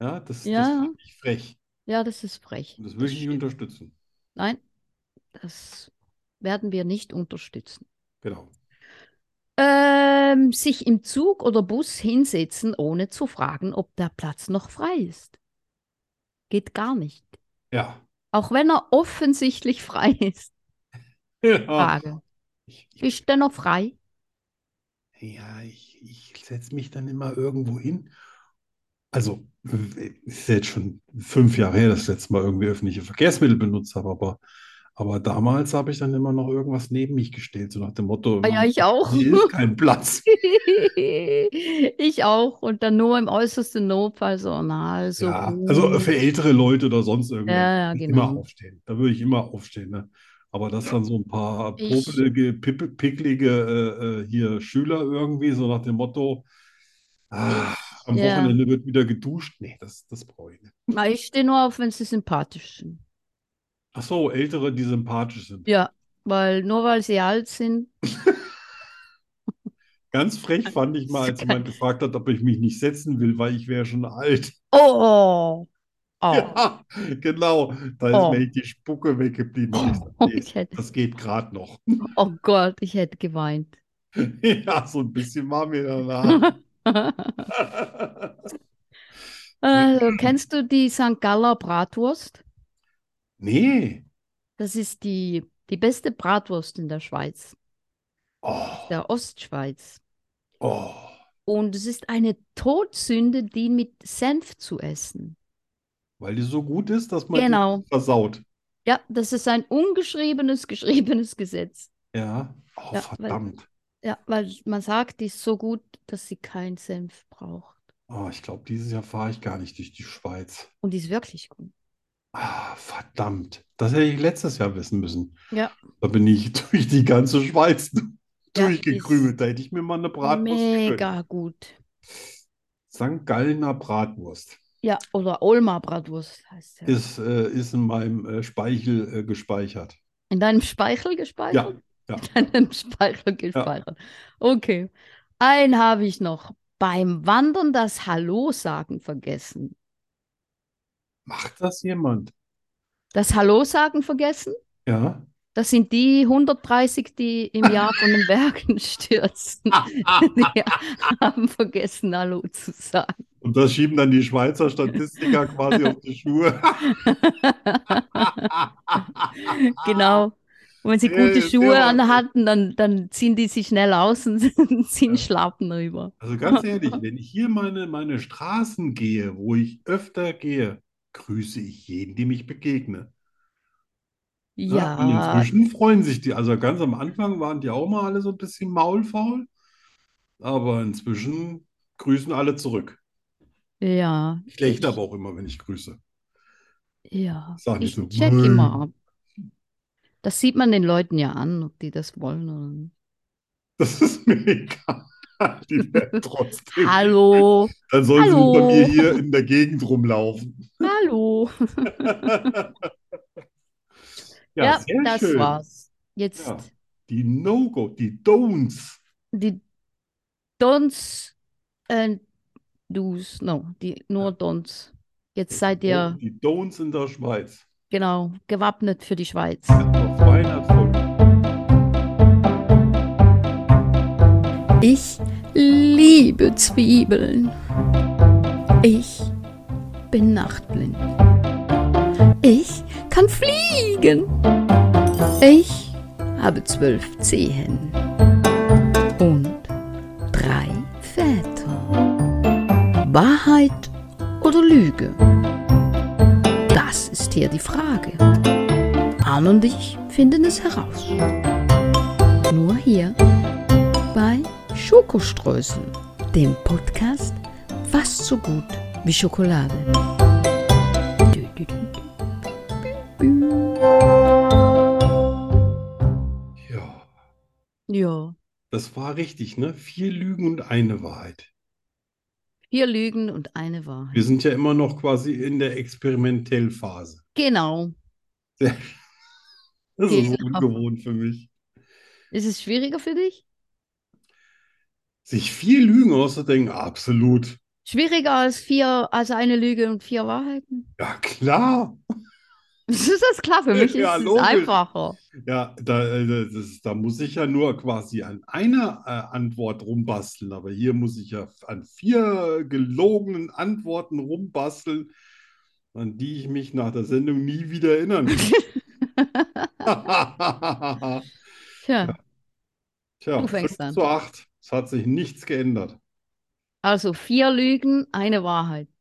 B: Ja, das, das
A: Ja.
B: finde ich frech.
A: ja, das ist frech.
B: Und das will ich nicht
A: stimmt.
B: unterstützen.
A: Nein, das werden wir nicht unterstützen.
B: Genau.
A: Ähm, sich im Zug oder Bus hinsetzen, ohne zu fragen, ob der Platz noch frei ist. Geht gar nicht.
B: Ja.
A: Auch wenn er offensichtlich frei ist.
B: Ja,
A: Frage.
B: ich, ich
A: Ist der noch frei?
B: Ja, ich, ich setze mich dann immer irgendwo hin. Also, ist jetzt schon fünf Jahre her, dass ich das letzte Mal irgendwie öffentliche Verkehrsmittel benutzt habe, aber, aber damals habe ich dann immer noch irgendwas neben mich gestellt, so nach dem Motto, "Hm,
A: Ah ja, ich auch.
B: hier ist kein Platz.
A: Ich auch. Und dann nur im äußersten Notfall so, na, also
B: Ja,
A: gut.
B: also für ältere Leute oder sonst irgendwas
A: Ja, ja,
B: würde ich
A: genau.
B: immer aufstehen. Da würde ich immer aufstehen, ne? Aber dass dann so ein paar
A: Ich-
B: popelige, pipp- picklige äh, äh, hier Schüler irgendwie, so nach dem Motto, ah, am
A: Ja.
B: Wochenende wird wieder geduscht. Nee, das, das brauche ich nicht.
A: Na, ich stehe nur auf, wenn sie sympathisch sind.
B: Ach so, Ältere, die sympathisch sind.
A: Ja, weil nur weil sie alt sind,
B: Ganz frech fand ich mal, als jemand gefragt hat, ob ich mich nicht setzen will, weil ich wäre schon alt.
A: Oh, oh,
B: Ja, genau. Da ist
A: Oh.
B: mir echt die Spucke weggeblieben. Und ich sag,
A: oh,
B: nee,
A: ich hätte,
B: das geht gerade noch.
A: oh Gott, ich hätte geweint.
B: Ja, so ein bisschen war mir danach.
A: Also, kennst du die St. Galler Bratwurst?
B: Nee.
A: Das ist die, die beste Bratwurst in der Schweiz,
B: Oh,
A: der Ostschweiz.
B: oh.
A: Und es ist eine Todsünde, die mit Senf zu essen.
B: Weil die so gut ist, dass man die
A: Genau.
B: versaut.
A: Ja, das ist ein ungeschriebenes, geschriebenes Gesetz.
B: Ja. Oh,
A: Ja, weil-
B: verdammt.
A: Ja, weil man sagt, die ist so gut, dass sie keinen Senf braucht.
B: Oh, ich glaube, dieses Jahr fahre ich gar nicht durch die Schweiz.
A: Und die ist wirklich gut.
B: Ah, verdammt. Das hätte ich letztes Jahr wissen müssen.
A: Ja.
B: Da bin ich durch die ganze Schweiz
A: Ja,
B: durchgekrümelt. Da hätte ich mir mal eine Bratwurst gegönnt.
A: Mega gut.
B: St. Gallener Bratwurst
A: Ja, oder Olma Bratwurst heißt ja.
B: ist, äh, ist in meinem äh, Speichel äh, gespeichert.
A: In deinem Speichel gespeichert?
B: Ja,
A: In deinem Speichel gespeichert. Okay. Einen habe ich noch. Beim Wandern das Hallo sagen vergessen.
B: Macht das jemand?
A: Das Hallo sagen vergessen?
B: Ja.
A: Das sind die 130, die im Jahr von den Bergen stürzen. Die haben vergessen, Hallo zu sagen.
B: Und das schieben dann die Schweizer Statistiker quasi auf die Schuhe. Ah.
A: Genau. Und wenn sie
B: Sehr,
A: gute
B: sehr
A: Schuhe
B: wahr.
A: anhatten, dann, dann ziehen die sich schnell aus und ziehen
B: Ja.
A: Schlappen rüber.
B: Also ganz ehrlich, wenn ich hier meine, meine Straßen gehe, wo ich öfter gehe, grüße ich jeden, dem ich begegne. Ne? Und
A: Ja,
B: inzwischen freuen sich die. Also ganz am Anfang waren die auch mal alle so ein bisschen maulfaul, aber inzwischen grüßen alle zurück.
A: ja.
B: Ich lächle aber auch immer, wenn ich grüße.
A: Ja,
B: Sag nicht
A: ich
B: so,
A: check
B: "Ui."
A: immer ab. Das sieht man den Leuten ja an, ob die das wollen oder nicht.
B: Das ist mir egal. Die werden trotzdem.
A: Hallo,
B: Dann sollen sie nicht bei
A: Hallo.
B: mir hier in der Gegend rumlaufen.
A: hallo.
B: Ja,
A: Ja,
B: sehr
A: das
B: schön.
A: war's. Jetzt
B: Ja. Die No-Go, die Don'ts.
A: die Don'ts and Do's. No, die nur Don'ts. Jetzt seid ihr
B: Ne, Die Don'ts in der Schweiz.
A: genau gewappnet für die Schweiz.
B: Auf Weihnachtsfolge.
C: Ich liebe Zwiebeln. Ich bin nachtblind. Ich kann fliegen. Ich habe zwölf Zehen und drei Väter. Wahrheit oder Lüge? Das ist hier die Frage. Arne und ich finden es heraus. Nur hier bei Schokoströßen, dem Podcast fast so gut wie Schokolade. Dü, dü, dü.
B: Ja,
A: Ja,
B: das war richtig, ne? Vier Lügen und eine Wahrheit.
A: vier Lügen und eine
B: Wir
A: Wahrheit.
B: sind ja immer noch quasi in der Experimentellphase.
A: Genau.
B: Das ist
A: Genau.
B: ungewohnt für mich.
A: Ist es schwieriger für dich?
B: Sich vier Lügen auszudenken, absolut.
A: Schwieriger als vier, als eine Lüge und vier Wahrheiten?
B: Ja, klar.
A: Ist das klar? Für mich
B: Ja,
A: ist es
B: logisch.
A: einfacher.
B: Ja, da, äh, das, ist- da muss ich ja nur quasi an einer äh, Antwort rumbasteln, aber hier muss ich ja an vier gelogenen Antworten rumbasteln, an die ich mich nach der Sendung nie wieder erinnern kann.
A: Tja.
B: Tja,
A: Du fängst
B: 5
A: an.
B: zu 8, es hat sich nichts geändert.
A: Also vier Lügen, eine Wahrheit.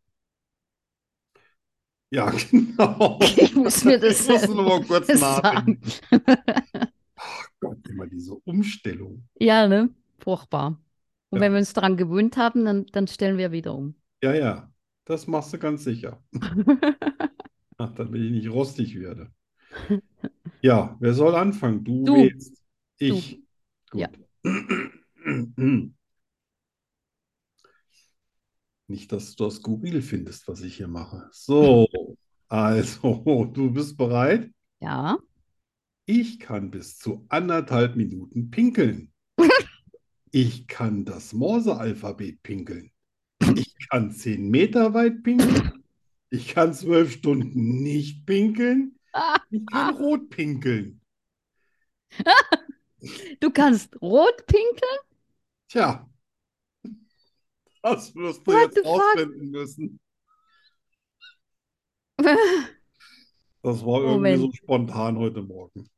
B: Ja, genau.
A: Ich muss mir das
B: Ich muss nur mal kurz
A: sagen.
B: nachdenken. Ach Gott, immer diese Umstellung.
A: Ja, ne? Furchtbar. Und
B: Ja.
A: wenn wir uns daran gewöhnt haben, dann, dann stellen wir wieder um.
B: Ja, ja, das machst du ganz sicher. Ach, damit ich nicht rostig werde. Ja, wer soll anfangen? Du
A: Du.
B: wählst. Ich. Gut.
A: Ja.
B: Nicht, dass du das skurril findest, was ich hier mache. So, also, du bist bereit?
A: Ja.
B: Ich kann bis zu anderthalb Minuten pinkeln. Ich kann das Morse-Alphabet pinkeln. Ich kann zehn Meter weit pinkeln. Ich kann zwölf Stunden nicht pinkeln. Ich kann rot pinkeln.
A: Du kannst rot pinkeln?
B: Tja, das wirst du
A: What
B: jetzt
A: the fuck?
B: rausfinden müssen. Das war irgendwie so
A: Moment.
B: spontan heute Morgen.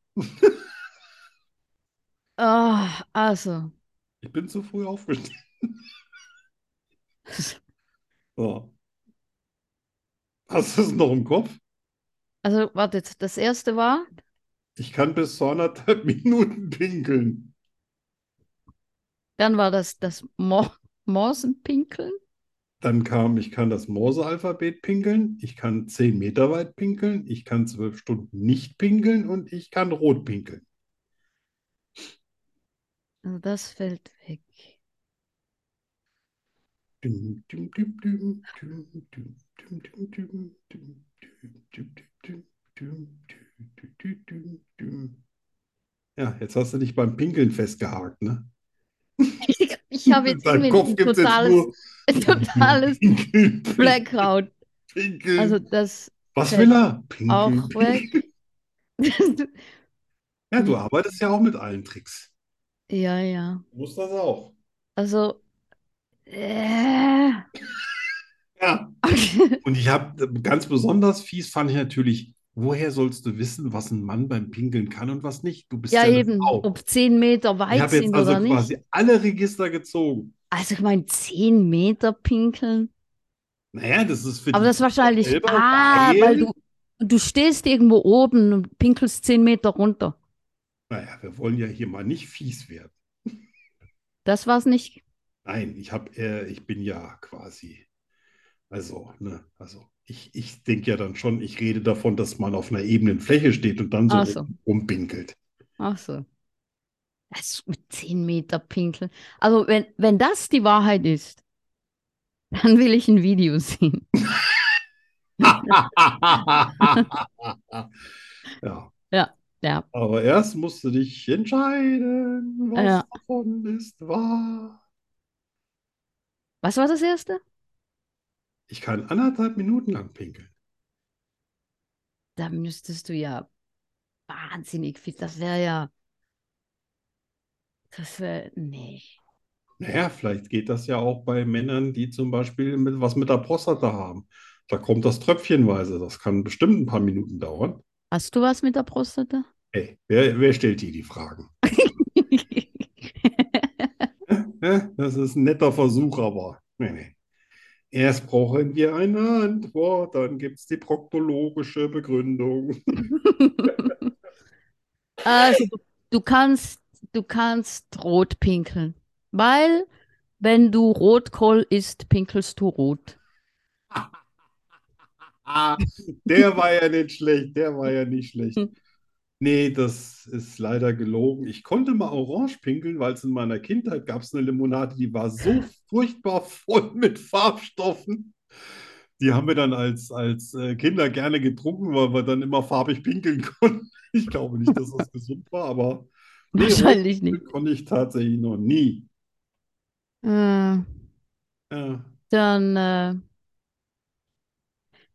A: Ah, also.
B: Ich bin zu früh aufgestanden. So. Hast du es noch im Kopf?
A: Also, wartet, das erste war,
B: Ich kann bis zu anderthalb Minuten pinkeln.
A: dann war das das Mor Morsenpinkeln.
B: Dann kam, ich kann das Morse-Alphabet pinkeln, ich kann zehn Meter weit pinkeln, ich kann zwölf Stunden nicht pinkeln und ich kann rot pinkeln.
A: Also das fällt weg.
B: Düm, düm, düm, düm, düm, düm, düm, düm, düm, düm, düm, düm, düm, düm, düm, düm. Dü, dü, dü, dü. Ja, jetzt hast du dich beim Pinkeln festgehakt, ne?
A: Ich, ich habe
B: In
A: jetzt
B: deinem
A: irgendwie
B: Kopf
A: ein
B: gibt's jetzt
A: totales,
B: nur
A: totales
B: Pinkeln,
A: Blackout.
B: Pinkeln.
A: Also das
B: Was will er? Pinkeln,
A: auch
B: Pinkeln.
A: weg.
B: Ja, du arbeitest ja auch mit allen Tricks.
A: Ja, ja.
B: Du musst das auch.
A: Also äh,
B: Ja. Und ich habe ganz besonders fies fand ich natürlich, woher sollst du wissen, was ein Mann beim Pinkeln kann und was nicht? Du bist
A: ja
B: ja eine
A: eben,
B: Frau.
A: ob zehn Meter
B: Ich
A: weit
B: habe jetzt
A: sind
B: also
A: oder nicht.
B: quasi alle Register gezogen.
A: Also ich meine, zehn Meter pinkeln.
B: Naja, das ist für
A: Aber
B: die
A: das wahrscheinlich,
B: selber,
A: ah,
B: weil-
A: weil du, du stehst irgendwo oben und pinkelst zehn Meter runter.
B: Naja, wir wollen ja hier mal nicht fies werden.
A: Das war's nicht.
B: Nein, ich habe, äh, ich bin ja quasi, also, ne, also ich, ich denke ja dann schon, ich rede davon, dass man auf einer ebenen Fläche steht und dann so
A: Ach so.
B: rumpinkelt.
A: Ach so. Das mit 10 Meter pinkeln. Also, wenn, wenn das die Wahrheit ist, dann will ich ein Video sehen.
B: Ja,
A: Ja,
B: aber erst musst du dich entscheiden, was
A: Ja.
B: davon ist wahr.
A: was war das erste?
B: Ich kann anderthalb Minuten lang pinkeln.
A: Da müsstest du ja wahnsinnig viel. Das wäre ja. Das wäre. Nee.
B: Naja, vielleicht geht das ja auch bei Männern, die zum Beispiel mit, was mit der Prostata haben. Da kommt das tröpfchenweise. Das kann bestimmt ein paar Minuten dauern.
A: Hast du was mit der Prostata?
B: Hey, wer, wer stellt dir die Fragen? Hä? Das ist ein netter Versuch, aber nee, nee. Erst brauchen wir eine Antwort, dann gibt es die proktologische Begründung.
A: Also, du- du kannst, du kannst rot pinkeln, weil wenn du Rotkohl isst, pinkelst du rot.
B: Ah, der war ja nicht schlecht, der war ja nicht schlecht. Nee, das ist leider gelogen. Ich konnte mal orange pinkeln, weil es in meiner Kindheit gab es eine Limonade, die war so furchtbar voll mit Farbstoffen. Die haben wir dann als, als äh, Kinder gerne getrunken, weil wir dann immer farbig pinkeln konnten. Ich glaube nicht, dass das gesund war, aber nee,
A: Wahrscheinlich nicht.
B: Rotkohl konnte ich tatsächlich noch nie.
A: Äh,
B: Ja.
A: dann, äh,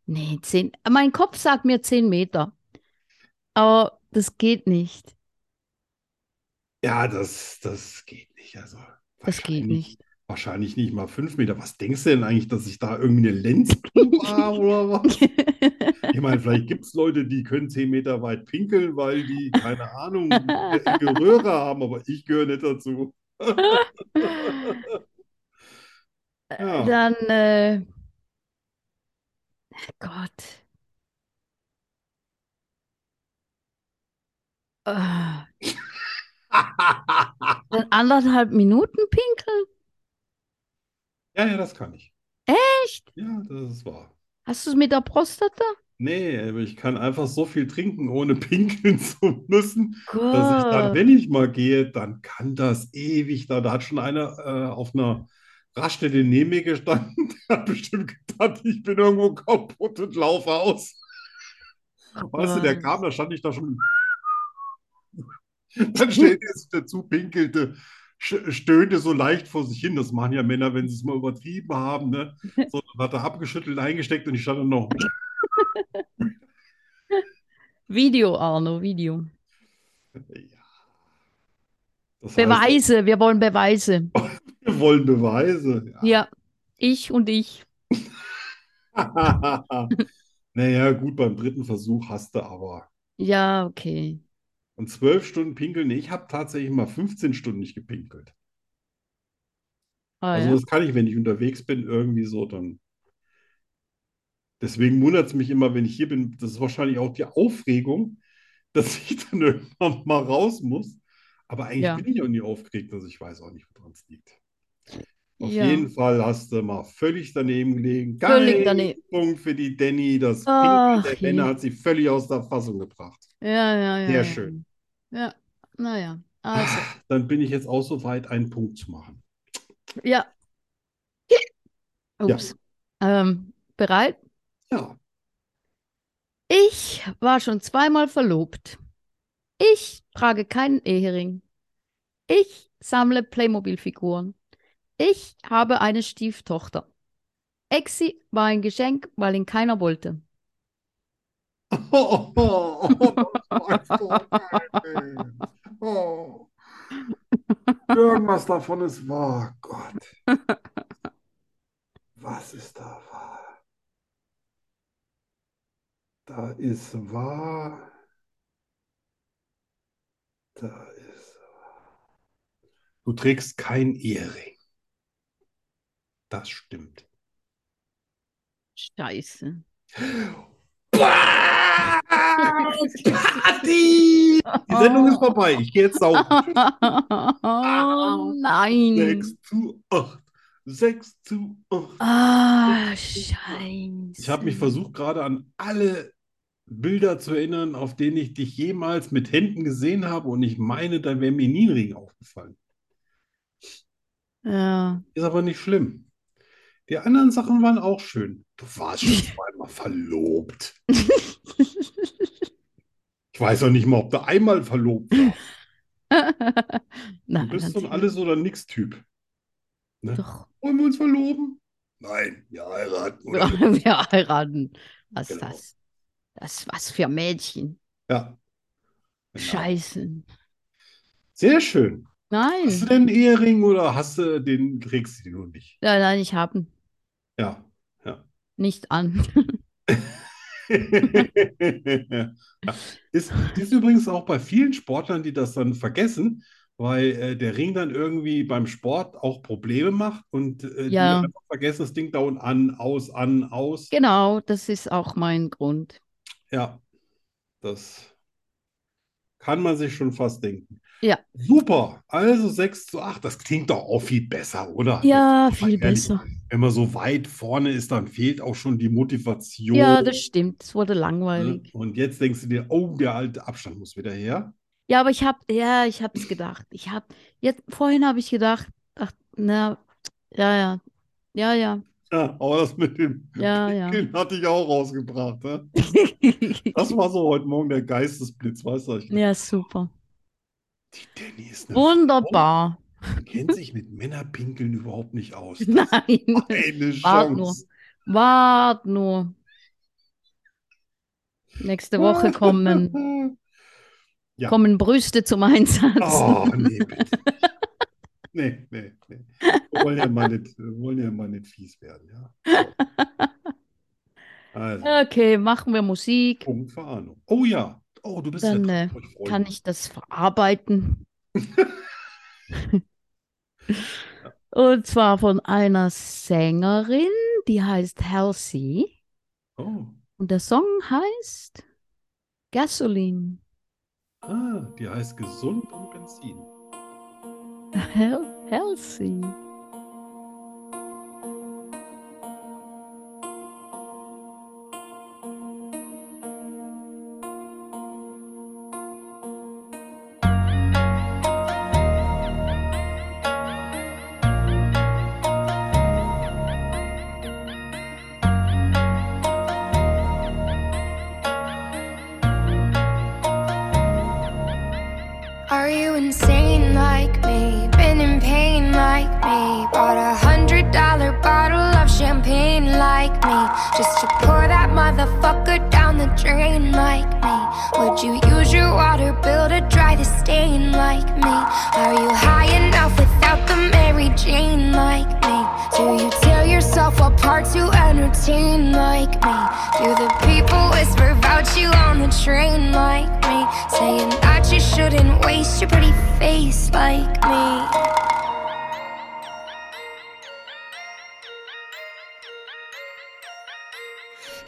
A: nee, 10, mein Kopf sagt mir 10 Meter. Aber das geht nicht.
B: Ja, das, das geht nicht. Also
A: Das geht
B: wahrscheinlich,
A: nicht.
B: wahrscheinlich nicht mal fünf Meter. Was denkst du denn eigentlich, dass ich da irgendwie eine Lenz-Tube habe oder was? Ich meine, vielleicht gibt es Leute, die können zehn Meter weit pinkeln, weil die, keine Ahnung, eine enge Röhre haben, aber ich gehöre nicht dazu. Ja.
A: Dann, äh, Gott. Ah, dann anderthalb Minuten pinkeln?
B: Ja, ja, das kann ich.
A: Echt?
B: Ja, das ist wahr.
A: Hast du es mit der Prostata?
B: Nee, aber ich kann einfach so viel trinken, ohne pinkeln zu müssen. dass ich dann,
A: Gott.
B: wenn ich mal gehe, dann kann das ewig da. Da hat schon einer äh, auf einer Raststätte neben mir gestanden, der hat bestimmt gedacht, ich bin irgendwo kaputt und laufe aus. Weißt du, der
A: Gott.
B: kam, da stand ich da schon. Dann stellte er sich dazu, pinkelte, sch- stöhnte so leicht vor sich hin. Das machen ja Männer, wenn sie es mal übertrieben haben. Ne? So, dann hat er abgeschüttelt, eingesteckt und ich stand dann noch.
A: Video, Arno, Video.
B: Ja. Das heißt,
A: Beweise, wir wollen Beweise.
B: wir wollen Beweise. Ja.
A: Ja, ich und ich.
B: Naja, gut, beim dritten Versuch hast du aber.
A: Ja, okay.
B: Und zwölf Stunden pinkeln, nee, ich habe tatsächlich mal 15 Stunden nicht gepinkelt.
A: Ah,
B: Also
A: ja.
B: das kann ich, wenn ich unterwegs bin, irgendwie so dann. Deswegen wundert es mich immer, wenn ich hier bin. Das ist wahrscheinlich auch die Aufregung, dass ich dann irgendwann mal raus muss. Aber eigentlich
A: Ja.
B: bin ich auch nie aufgeregt, also ich weiß auch nicht, woran es liegt. Auf
A: Ja.
B: jeden Fall hast du mal völlig daneben gelegen.
A: Völlig
B: Kein
A: daneben.
B: Punkt für die Danny. Das
A: Ach,
B: Pinkeln der
A: je.
B: Männer hat sie völlig aus der Fassung gebracht.
A: Ja, ja, ja,
B: Sehr
A: ja.
B: schön.
A: Ja, naja. Also,
B: Dann bin ich jetzt auch so weit, einen Punkt zu machen.
A: ja. Ups. Ähm, bereit?
B: Ja,
A: Ich war schon zweimal verlobt. Ich trage keinen Ehering. Ich sammle Playmobil-Figuren. Ich habe eine Stieftochter. Exi war ein Geschenk, weil ihn keiner wollte.
B: Oh, oh, oh, oh, oh. Irgendwas davon ist wahr. Gott. Was ist da wahr? Da ist wahr. Da ist wahr. Du trägst kein Ehering. Das stimmt.
A: Scheiße.
B: Party! Die Sendung ist vorbei. Ich gehe jetzt saugen.
A: Oh, nein.
B: 6 zu 8. 6 zu 8.
A: Ah, scheiße.
B: Ich habe mich versucht, gerade an alle Bilder zu erinnern, auf denen ich dich jemals mit Händen gesehen habe und ich meine, da wäre mir nie ein Ring aufgefallen.
A: Ja.
B: Ist aber nicht schlimm. Die anderen Sachen waren auch schön. Du warst schon zweimal verlobt. Ich weiß auch nicht mal, ob du einmal verlobt warst. Du
A: Nein,
B: bist so ein
A: natürlich
B: Alles- oder Nix-Typ.
A: doch.
B: Wollen wir uns verloben? Nein, wir heiraten. oder?
A: Wir heiraten. Was
B: Genau.
A: das? Das was für Mädchen.
B: Ja. Genau.
A: Scheiße. Hm.
B: Sehr schön. Hast du
A: Nein.
B: denn einen Ehering oder hast du den, trägst du den nur nicht?
A: Ja, nein, ich habe ihn
B: Ja.
A: nicht an.
B: ja. Ist, ist übrigens auch bei vielen Sportlern, die das dann vergessen, weil äh, der Ring dann irgendwie beim Sport auch Probleme macht und äh, die
A: Ja.
B: dann einfach vergessen, das Ding dauernd an, aus, an, aus.
A: Genau, das ist auch mein Grund.
B: Ja, das kann man sich schon fast denken.
A: Ja.
B: Super, also 6 zu 8, das klingt doch auch viel besser, oder?
A: Ja,
B: Jetzt mal
A: viel
B: ehrlich,
A: besser.
B: Wenn man so weit vorne ist, dann fehlt auch schon die Motivation.
A: Ja, das stimmt. Es wurde
B: ne?
A: langweilig.
B: Und jetzt denkst du dir, oh, der alte Abstand muss wieder her.
A: Ja, aber ich habe, ja, ich habe es gedacht. Ich habe jetzt vorhin habe ich gedacht, ach, na, ja, ja, ja, ja,
B: Ja, aber das mit dem
A: Ah, ja, ja.
B: Kind hatte ich auch rausgebracht. Ne? Das war so heute Morgen der Geistesblitz, weißt du? Ich,
A: Ja, super.
B: Die Danny ist eine
A: Wunderbar.
B: Frau, kennt sich mit Männerpinkeln überhaupt nicht aus. Das ist
A: Nein,
B: eine
A: Wart nur.
B: Chance.
A: wart nur. Nächste Woche kommen,
B: Ja.
A: kommen Brüste zum Einsatz.
B: Oh, nee, bitte. Nee, nee, nee. Wir wollen ja mal nicht, wir wollen ja mal nicht fies werden, ja. So. Also,
A: Okay, machen wir Musik.
B: Punkt für Arno. Oh ja. Oh, du bist ja
A: Dann, äh,
B: dran. Ich freue
A: Kann
B: mich.
A: ich das verarbeiten? Und zwar von einer Sängerin, die heißt Halsey.
B: Oh.
A: Und der Song heißt Gasoline.
B: Ah, die heißt gesund und Benzin.
A: Hel Halsey.
D: Are you insane like me? Been in pain like me? Bought a hundred dollar bottle of champagne like me? Just to pour that motherfucker down the drain like me? Would you use your water bill to dry the stain like me? Are you high enough without the Mary Jane like me? Do you tear yourself apart to entertain like me? Do the people whisper about you on the train like me? Saying that you shouldn't waste your pretty face like me.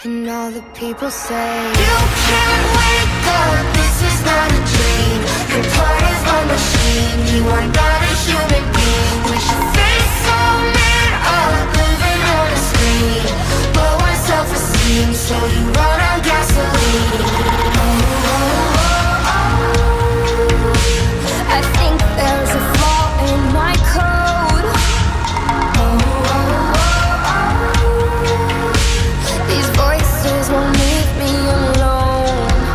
D: And all the people say You can't wake up, this is not a dream Your part is a machine, you are not a human being With your face so made up, living on a screen Lower self-esteem, so you run on gasoline I think there's a flaw in my code these voices won't leave me alone.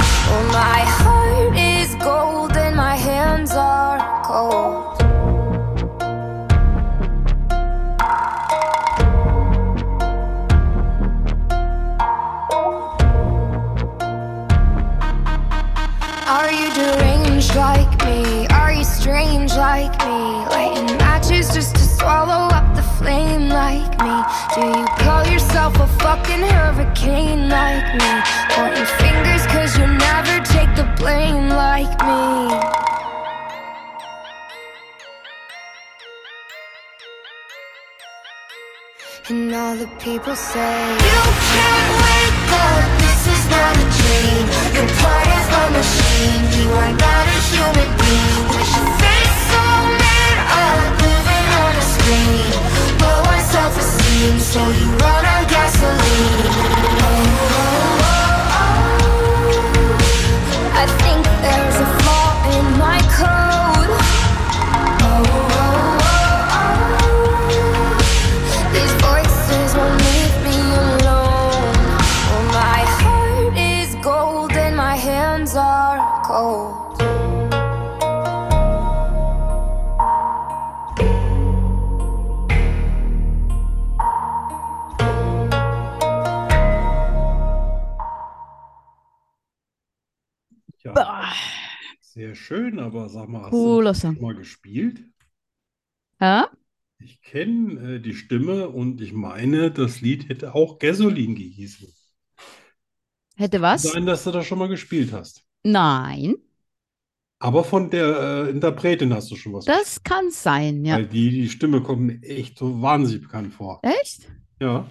D: Are you deranged like me? Are you strange like me? Lighting matches just to swallow up the flame like me. Do you call yourself a fucking hurricane like me? Pointing fingers cause you never take the blame like me. And all the people say You can't wake up, this is not a dream You're part of a machine, you are not a human being With your face so made up, living on a screen Lower self-esteem, so you run on gasoline Oh, oh, oh, oh. I think there's a flaw in my code Oh, oh, oh, oh. These voices won't leave me alone. Oh, my heart is gold and my hands are cold.
B: Ja,
A: Bah,
B: sehr schön, aber sag mal, hast du
A: cooler
B: das
A: Song.
B: mal gespielt?
A: Hä?
B: Ich kenne äh, die Stimme und ich meine, das Lied hätte auch Gasoline gehießen.
A: Hätte was?
B: Sein, dass du das schon mal gespielt hast.
A: Nein,
B: Aber von der äh, Interpretin hast du schon was gehört.
A: das kann sein, ja.
B: Weil die, die Stimme kommt mir echt so wahnsinnig bekannt vor.
A: Echt?
B: Ja.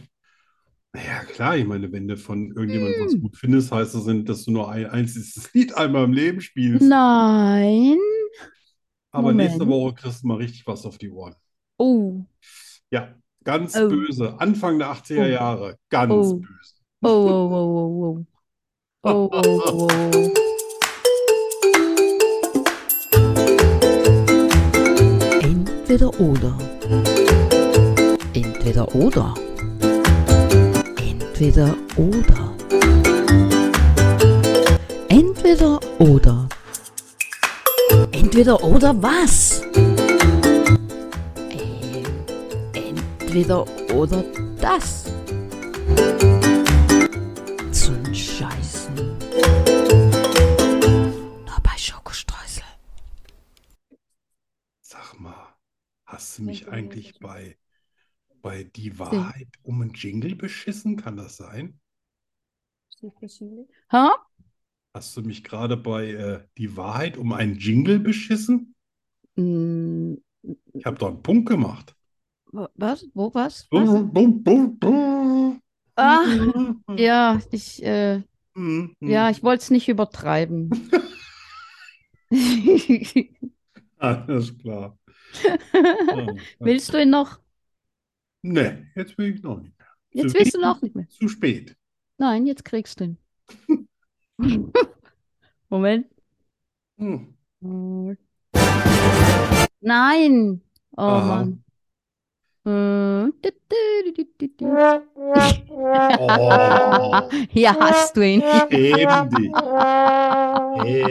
B: Naja, klar, ich meine, wenn du von irgendjemandem
A: Hm.
B: was gut findest, heißt das, denn, dass du nur ein einziges Lied einmal im Leben spielst.
A: Nein.
B: Aber nächste
A: Moment.
B: Woche kriegst du mal richtig was auf die Ohren.
A: Oh,
B: Ja, ganz
A: Oh.
B: böse. Anfang der
A: Oh.
B: 80er Jahre. Ganz
A: Oh.
B: böse.
A: oh, oh, oh, oh, oh. Oh, oh, oh, oh.
C: Entweder oder. Entweder oder. Entweder oder. Entweder oder. Entweder oder was? Ähm, entweder oder das. Zum Scheißen. Nur bei Schokostreusel.
B: Sag mal, hast du mich eigentlich bei, bei Die Wahrheit um einen Jingle beschissen? Kann das sein?
A: Hä?
B: Hast du mich gerade bei äh, Die Wahrheit um einen Jingle beschissen?
A: Hm,
B: Ich habe doch einen Punkt gemacht.
A: wa- was? Wo was? was?
B: Bum, bum, bum, bum.
A: Ah, ja, ich, äh,
B: Hm, hm.
A: ja, ich wollte es nicht übertreiben.
B: Alles klar. Ja,
A: Willst du ihn noch?
B: Nee, jetzt will ich noch nicht.
A: Jetzt
B: Zu
A: willst du ihn
B: wenig?
A: auch nicht mehr.
B: Zu spät.
A: Nein, jetzt kriegst du ihn. Moment.
B: Hm.
A: Nein. Oh
B: Aha.
A: Mann. Äh, du, du, du, du, du, du.
B: Oh,
A: Hier hast du ihn.
B: schäm dich.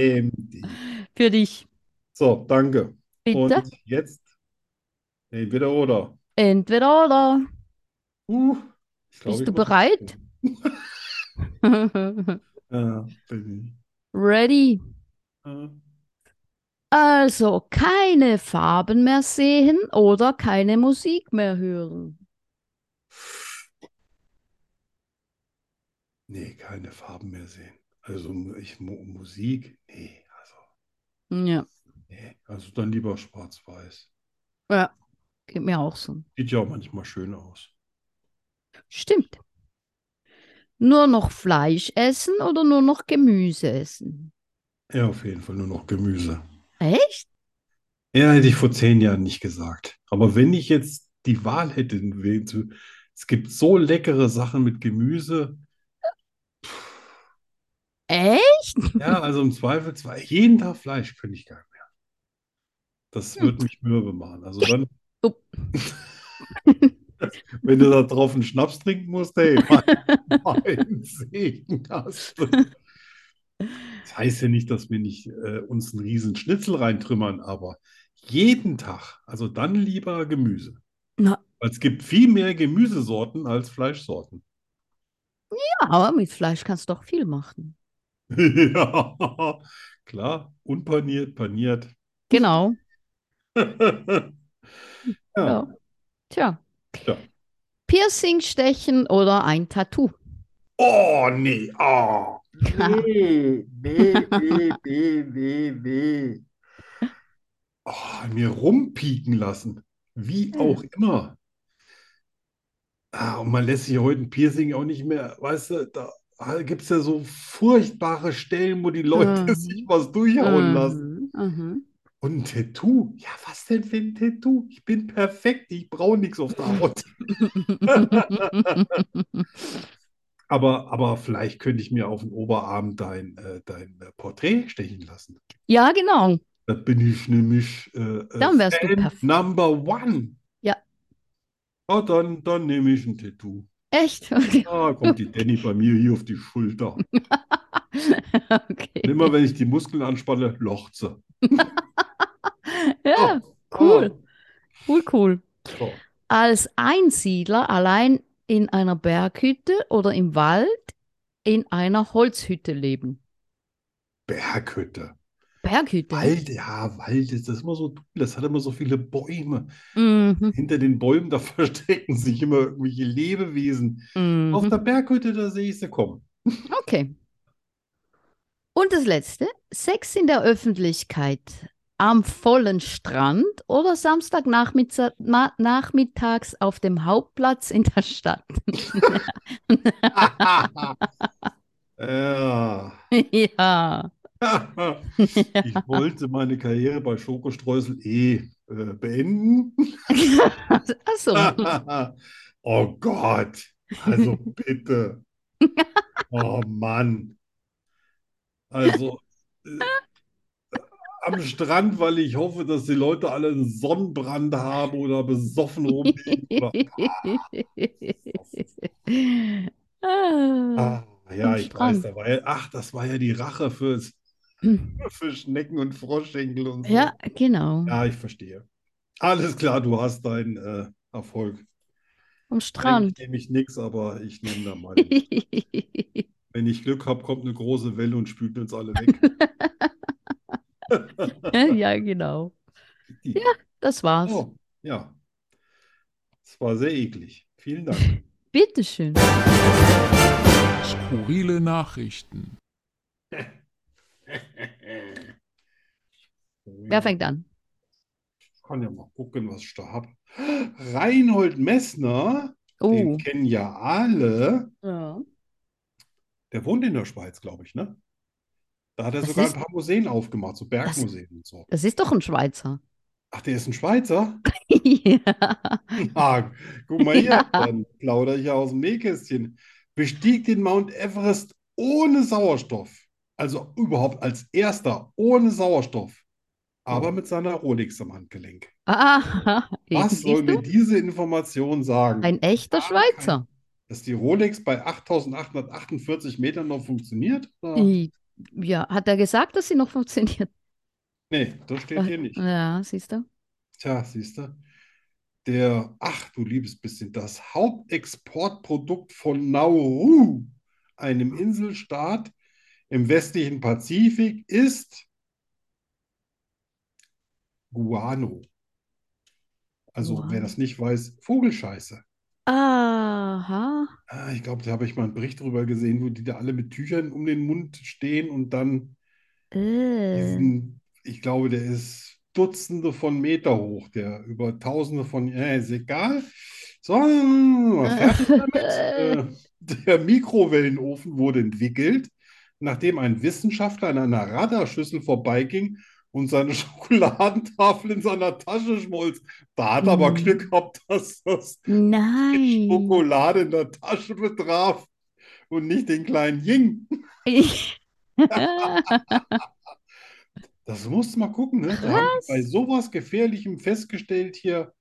B: Schäm dich.
A: Für dich.
B: So, danke. Und
A: Bitte.
B: jetzt entweder oder.
A: Entweder oder.
B: Uh, ich glaub,
A: Bist
B: ich
A: du
B: muss-
A: bereit?
B: Ja, Ah, bin Ah.
A: Ready.
B: ich. Ja.
A: Also keine Farben mehr sehen oder keine Musik mehr hören.
B: Nee, keine Farben mehr sehen. Also ich, Mu- Musik, nee, also,
A: Ja,
B: nee. Also dann lieber schwarz-weiß.
A: geht mir auch so.
B: Sieht ja auch manchmal schön aus.
A: Stimmt. Nur noch Fleisch essen oder nur noch Gemüse essen?
B: Ja, auf jeden Fall nur noch Gemüse.
A: Echt?
B: Ja, hätte ich vor zehn Jahren nicht gesagt. Aber wenn ich jetzt die Wahl hätte, wählen zu- es gibt so leckere Sachen mit Gemüse.
A: Echt?
B: Ja, also im Zweifel zwei, jeden Tag Fleisch könnte ich gar nicht mehr. Das würde mich mürbe machen. Also dann,
A: Upp.
B: wenn du da drauf einen Schnaps trinken musst, hey, mein, mein Segen hast du. Das heißt ja nicht, dass wir nicht äh, uns einen riesen Schnitzel reintrümmern, aber jeden Tag, also dann lieber Gemüse.
A: Na.
B: Weil es gibt viel mehr Gemüsesorten als Fleischsorten.
A: Ja, aber mit Fleisch kannst du doch viel machen.
B: Ja, klar, unpaniert, paniert.
A: Genau.
B: Ja,
A: Ja. Tja.
B: Ja.
A: Piercing stechen oder ein Tattoo.
B: Oh, nee, ah. Nee, nee, nee, nee, nee, nee. Ah, mir rumpieken lassen, wie auch immer. Ah, und man lässt sich heute ein Piercing auch nicht mehr, weißt du, da gibt es ja so furchtbare Stellen, wo die Leute
A: Mhm.
B: sich was durchhauen lassen.
A: Mhm, mhm.
B: Und ein Tattoo? Ja, was denn für ein Tattoo? Ich bin perfekt, ich brauche nichts auf der Haut.
A: mhm.
B: Aber, aber vielleicht könnte ich mir auf den Oberarm dein, äh, dein äh, Porträt stechen lassen.
A: Ja, genau.
B: Da bin ich nämlich äh, äh,
A: Dann wärst du
B: Fan
A: perfekt.
B: Number One.
A: Ja.
B: Ja, dann, dann nehme ich ein Tattoo.
A: Echt? Okay.
B: Da kommt die Danny bei mir hier auf die Schulter. Und
A: okay.
B: immer wenn ich die Muskeln anspanne, lochze.
A: Ja,
B: Ah,
A: cool. cool, cool.
B: So.
A: Als Einsiedler allein in einer Berghütte oder im Wald in einer Holzhütte leben.
B: Berghütte.
A: Berghütte.
B: Wald, ja, Wald ist das ist immer so dunkel, das hat immer so viele Bäume.
A: Mhm,
B: Hinter den Bäumen, da verstecken sich immer irgendwelche Lebewesen. Auf
A: mhm.
B: der Berghütte, da sehe ich sie kommen.
A: Okay. Und das letzte, Sex in der Öffentlichkeit am vollen Strand oder Samstagnachmittags auf dem Hauptplatz in der Stadt.
B: Ja.
A: Ja.
B: Ich wollte meine Karriere bei Schokostreusel eh äh, beenden.
A: Achso.
B: Ah. Oh Gott, also bitte. Oh Mann. Also äh, am Strand, weil ich hoffe, dass die Leute alle einen Sonnenbrand haben oder besoffen rumliegen. Oder,
A: Ah.
B: ah, ja,
A: Am
B: ich weiß,
A: Strand.
B: da war ja, ach, das war ja die Rache fürs, für Schnecken und Froschschenkel und so.
A: Ja, genau.
B: Ja, ich verstehe. Alles klar, du hast deinen äh, Erfolg.
A: Am Strand.
B: Eigentlich nehme ich nichts, aber ich nehme da mal.
A: Ja,
B: Wenn ich Glück habe, kommt eine große Welle und spült uns alle weg.
A: genau. Das war's.
B: Oh, ja. Es war sehr eklig. Vielen Dank.
A: Bitteschön.
E: Skurrile Nachrichten.
A: Wer fängt an?
B: Ich kann ja mal gucken, was ich da habe. Reinhold Messner, den
A: Oh.
B: kennen ja alle.
A: Ja.
B: Der wohnt in der Schweiz, glaube ich, ne? Da hat er
A: Das
B: sogar ein
A: ist-
B: paar Museen aufgemacht, so Bergmuseen und so.
A: Das ist doch ein Schweizer.
B: Ach, der ist ein Schweizer?
A: ja.
B: Ah, guck mal hier,
A: Ja.
B: dann plaudere ich ja aus dem Nähkästchen. Bestieg den Mount Everest ohne Sauerstoff. Also überhaupt als erster ohne Sauerstoff. Aber mit seiner Rolex am Handgelenk.
A: Ah,
B: Was soll
A: siehst du?
B: mir diese Information sagen?
A: Ein echter
B: Ah,
A: Schweizer.
B: Dass die Rolex bei 8848 Metern noch funktioniert? Oder?
A: I- Ja, hat er gesagt, dass sie noch funktioniert?
B: Nee, das steht hier nicht.
A: Ja, siehst du?
B: Tja, siehst du. Der, ach du liebes bisschen, das Hauptexportprodukt von Nauru, einem Inselstaat im westlichen Pazifik, ist Guano. Also, wer
A: Guano.
B: das nicht weiß, Vogelscheiße.
A: Aha.
B: Ah, ich glaube, da habe ich mal einen Bericht drüber gesehen, wo die da alle mit Tüchern um den Mund stehen und dann
A: Äh.
B: diesen, ich glaube, der ist Dutzende von Meter hoch, der über Tausende von, äh, ist egal. So, mal fertig damit. Äh, Der Mikrowellenofen wurde entwickelt, nachdem ein Wissenschaftler an einer Radarschüssel vorbeiging und seine Schokoladentafel in seiner Tasche schmolz. Da hat er aber
A: Mhm.
B: Glück gehabt, dass das die
A: Nein.
B: Schokolade in der Tasche betraf und nicht den kleinen Ying.
A: Ich-
B: Äh, Das musst du mal gucken, ne? Da haben die bei sowas Gefährlichem festgestellt hier.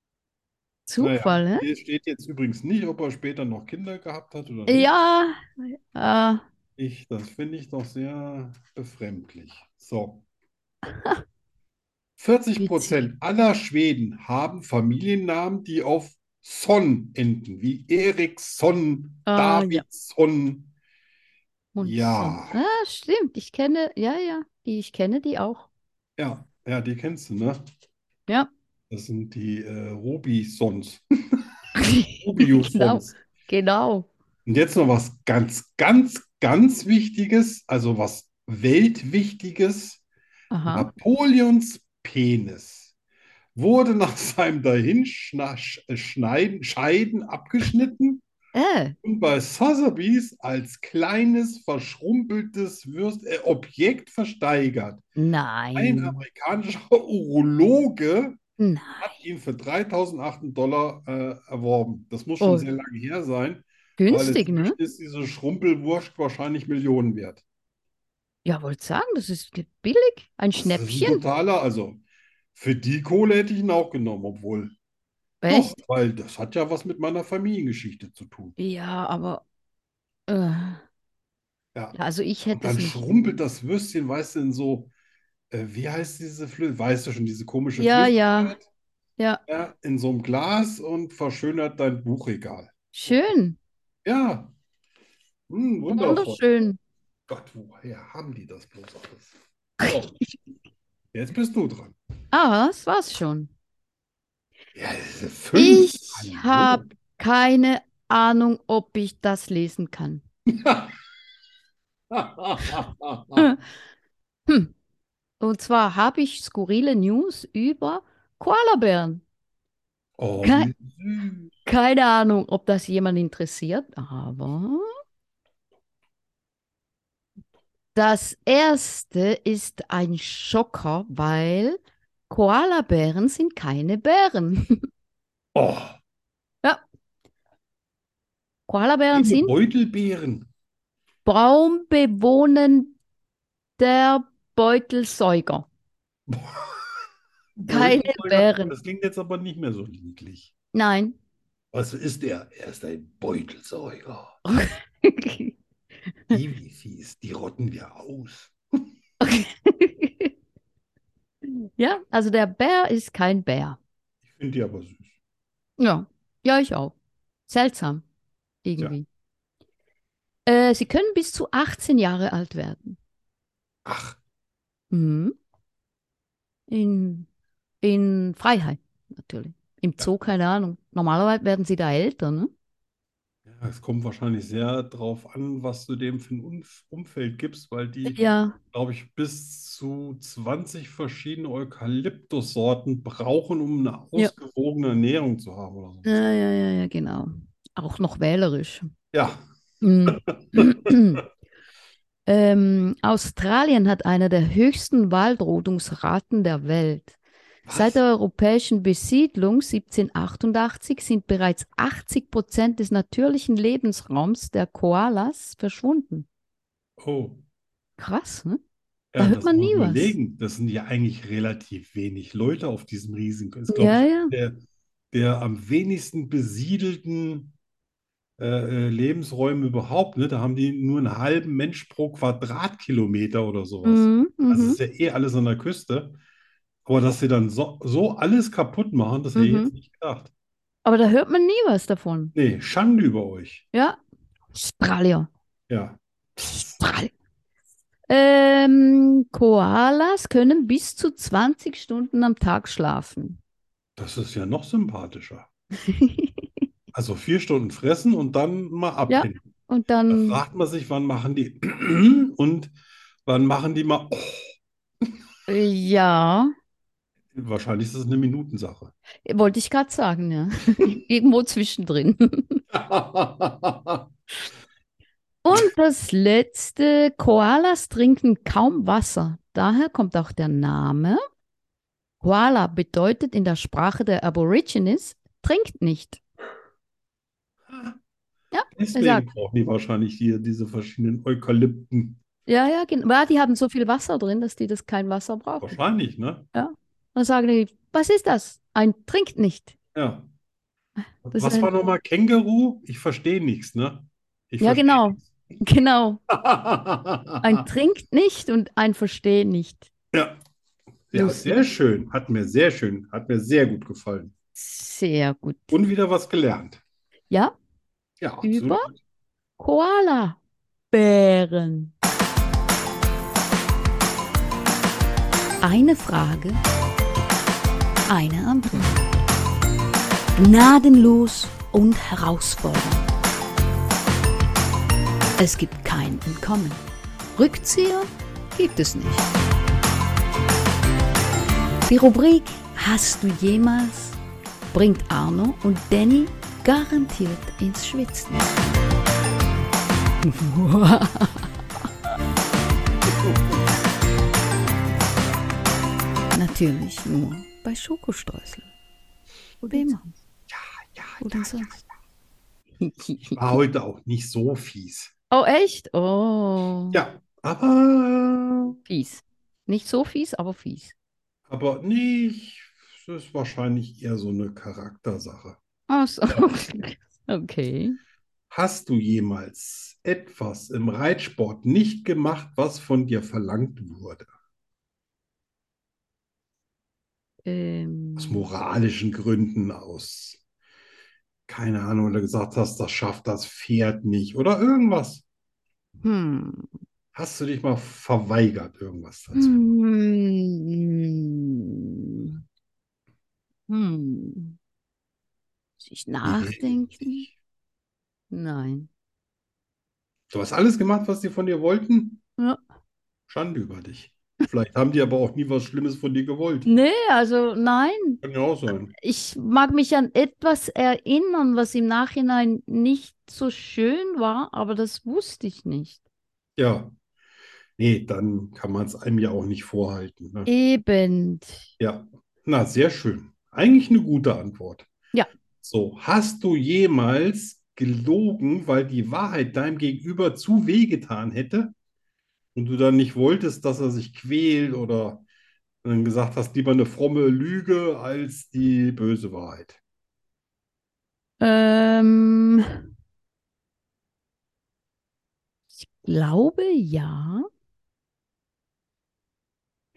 A: Zufall, ne? hä?
B: Hier steht jetzt übrigens nicht, ob er später noch Kinder gehabt hat oder nicht.
A: Ja. Äh,
B: Ich, das finde ich doch sehr befremdlich. So. 40 Prozent aller Schweden haben Familiennamen, die auf Son enden, wie Eriksson,
A: Ah, ja.
B: Davidsson,
A: Mund
B: Ja.
A: sind. Ah, stimmt. Ich kenne, ja, ja, die, ich kenne die auch.
B: Ja, ja, die kennst du, ne?
A: Ja.
B: Das sind die äh, Rubisons. Rubiusons.
A: Genau. Genau.
B: Und jetzt noch was ganz, ganz, ganz Wichtiges, also was Weltwichtiges.
A: Aha.
B: Napoleons Penis wurde nach seinem Dahinschneiden Scheiden abgeschnitten
A: Äh,
B: und bei Sotheby's als kleines, verschrumpeltes Würst äh, Objekt versteigert.
A: Mhm.
B: Ein
A: nein.
B: amerikanischer Urologe
A: Nein.
B: hat ihn für 3.008 Dollar äh, erworben. Das muss schon
A: Oh.
B: sehr lange her sein, weil
A: Günstig, ne?
B: inzwischen ist diese Schrumpelwurst wahrscheinlich Millionen wert.
A: Ja, wollte sagen, das ist ge- billig. Ein
B: Das ist ein
A: Schnäppchen.
B: totaler, also für die Kohle hätte ich ihn auch genommen, obwohl.
A: Echt?
B: Doch, weil das hat ja was mit meiner Familiengeschichte zu tun.
A: Ja, aber. Äh, ja,
B: Ja.
A: also ich
B: Und
A: hätte es
B: dann
A: nicht.
B: schrumpelt das Würstchen, weißt du, in so, äh, wie heißt diese Flöte? Weißt du schon, diese komische
A: Ja, ja.
B: Flüssigkeit?
A: Ja,
B: Ja, in so einem Glas und verschönert dein Buchregal.
A: schön.
B: Ja. Hm, wundervoll.
A: Wunderschön.
B: Gott, woher haben die das bloß alles? So, jetzt bist du dran.
A: Ah, das war's schon.
B: Ja, diese fünf.
A: Ich habe keine Ahnung, ob ich das lesen kann. Hm. Und zwar habe ich skurrile News über Koalabären.
B: Oh,
A: Kein-
B: süß.
A: Keine Ahnung, ob das jemand interessiert, aber das erste ist ein Schocker, weil Koalabären sind keine Bären.
B: Oh,
A: Koalabären
B: diese
A: sind
B: Beutelbeeren.
A: baumbewohnender Beutelsäuger. Keine
B: Beutelsäuger,
A: Bären.
B: Das klingt jetzt aber nicht mehr so niedlich.
A: Nein.
B: Was ist er? Er ist ein Beutelsäuger. Die wie fies, die rotten wir aus.
A: Ja, also der Bär ist kein Bär.
B: Ich finde die aber süß.
A: Ja, ja, ich auch. Seltsam, irgendwie. Äh, sie können bis zu 18 Jahre alt werden.
B: Ach,
A: Mhm. In, in Freiheit, natürlich. Im Zoo, keine Ahnung. Normalerweise werden sie da älter, ne?
B: ja, es kommt wahrscheinlich sehr drauf an, was du dem für ein Umf- Umfeld gibst, weil die,
A: Ja,
B: glaube ich, bis zu 20 verschiedene Eukalyptussorten brauchen, um eine
A: Ja.
B: ausgewogene Ernährung zu haben oder so.
A: ja, ja, ja, ja, genau. Auch noch wählerisch.
B: Ja.
A: Mm. Ähm, Australien hat eine der höchsten Waldrodungsraten der Welt. Seit der europäischen Besiedlung 1788 sind bereits 80 Prozent des natürlichen Lebensraums der Koalas verschwunden.
B: Oh.
A: Krass, ne?
B: Ja,
A: hört
B: das
A: man
B: muss
A: nie was.
B: überlegen. Das sind ja eigentlich relativ wenig Leute auf diesem riesigen, ist, glaube
A: Ja,
B: ich,
A: ja.
B: der, der am wenigsten besiedelten äh, äh, Lebensräume überhaupt, ne? Da haben die nur einen halben Mensch pro Quadratkilometer oder sowas.
A: Mhm,
B: Also
A: mhm.
B: es ist ja eh alles an der Küste. Aber dass sie dann so, so alles kaputt machen, das hätte ich
A: Mhm.
B: jetzt nicht gedacht.
A: Aber da hört man nie was davon.
B: Nee, Schande über euch.
A: Ja. Australier.
B: Ja.
A: Australier. Ähm, Koalas können bis zu 20 Stunden am Tag schlafen.
B: Das ist ja noch sympathischer. Also vier Stunden fressen und dann mal
A: Ja.
B: abhängen.
A: Und
B: Da
A: dann,
B: fragt man sich, wann machen die und wann machen die mal. Oh,
A: ja,
B: wahrscheinlich ist es eine Minutensache.
A: wollte ich gerade sagen, ja. Irgendwo zwischendrin. Und das letzte, Koalas trinken kaum Wasser. Daher kommt auch der Name. Koala bedeutet in der Sprache der Aborigines, trinkt nicht.
B: Deswegen
A: exakt.
B: brauchen die wahrscheinlich hier diese verschiedenen Eukalypten.
A: Ja, ja, genau. Ja, die haben so viel Wasser drin, dass die das kein Wasser brauchen.
B: Wahrscheinlich, ne?
A: Dann sagen die, was ist das? Ein trinkt nicht.
B: Ja.
A: Das
B: Was
A: ist
B: war
A: ein-
B: nochmal Känguru? Ich verstehe nichts, ne? Ich
A: Ja,
B: verstehe
A: genau.
B: nichts.
A: Genau. Ein trinkt nicht und ein versteht nicht.
B: Ja. Ja, sehr schön. Hat mir sehr schön, hat mir sehr gut gefallen.
A: Sehr gut.
B: Und wieder was gelernt.
A: Ja,
B: Ja,
A: Über?
B: absolut.
A: Koala. Bären.
C: Eine Frage, eine Antwort. Gnadenlos und herausfordernd. Es gibt kein Entkommen. Rückzieher gibt es nicht. Die Rubrik Hast du jemals bringt Arno und Danny garantiert ins Schwitzen. Natürlich nur bei Schokostreusel. Oder immer.
B: Ja,
C: Oder sonst.
B: war heute auch nicht so fies.
A: Oh, echt? Oh,
B: Ja, aber,
A: fies. Nicht so fies, aber fies.
B: aber nicht. Das ist wahrscheinlich eher so eine Charaktersache.
A: Ach so. Okay.
B: Hast du jemals etwas im Reitsport nicht gemacht, was von dir verlangt wurde?
A: Ähm,
B: Aus moralischen Gründen, aus, keine Ahnung, oder gesagt hast, das schafft das Pferd nicht oder irgendwas.
A: hm.
B: Hast du dich mal verweigert, irgendwas dazu?
A: Hm. Hm. Muss ich nachdenken? Nein.
B: Du hast alles gemacht, was die von dir wollten?
A: Ja.
B: Schande über dich. Vielleicht haben die aber auch nie was Schlimmes von dir gewollt.
A: Nee, also nein.
B: Kann ja auch sein.
A: Ich mag mich an etwas erinnern, was im Nachhinein nicht so schön war, aber das wusste ich nicht.
B: Ja. Nee, dann kann man es einem ja auch nicht vorhalten. Ne?
A: Eben.
B: Ja, na, sehr schön. Eigentlich eine gute Antwort.
A: Ja.
B: So, hast du jemals gelogen, weil die Wahrheit deinem Gegenüber zu wehgetan hätte und du dann nicht wolltest, dass er sich quält oder dann gesagt hast, lieber eine fromme Lüge als die böse Wahrheit?
A: Ähm, ich glaube ja,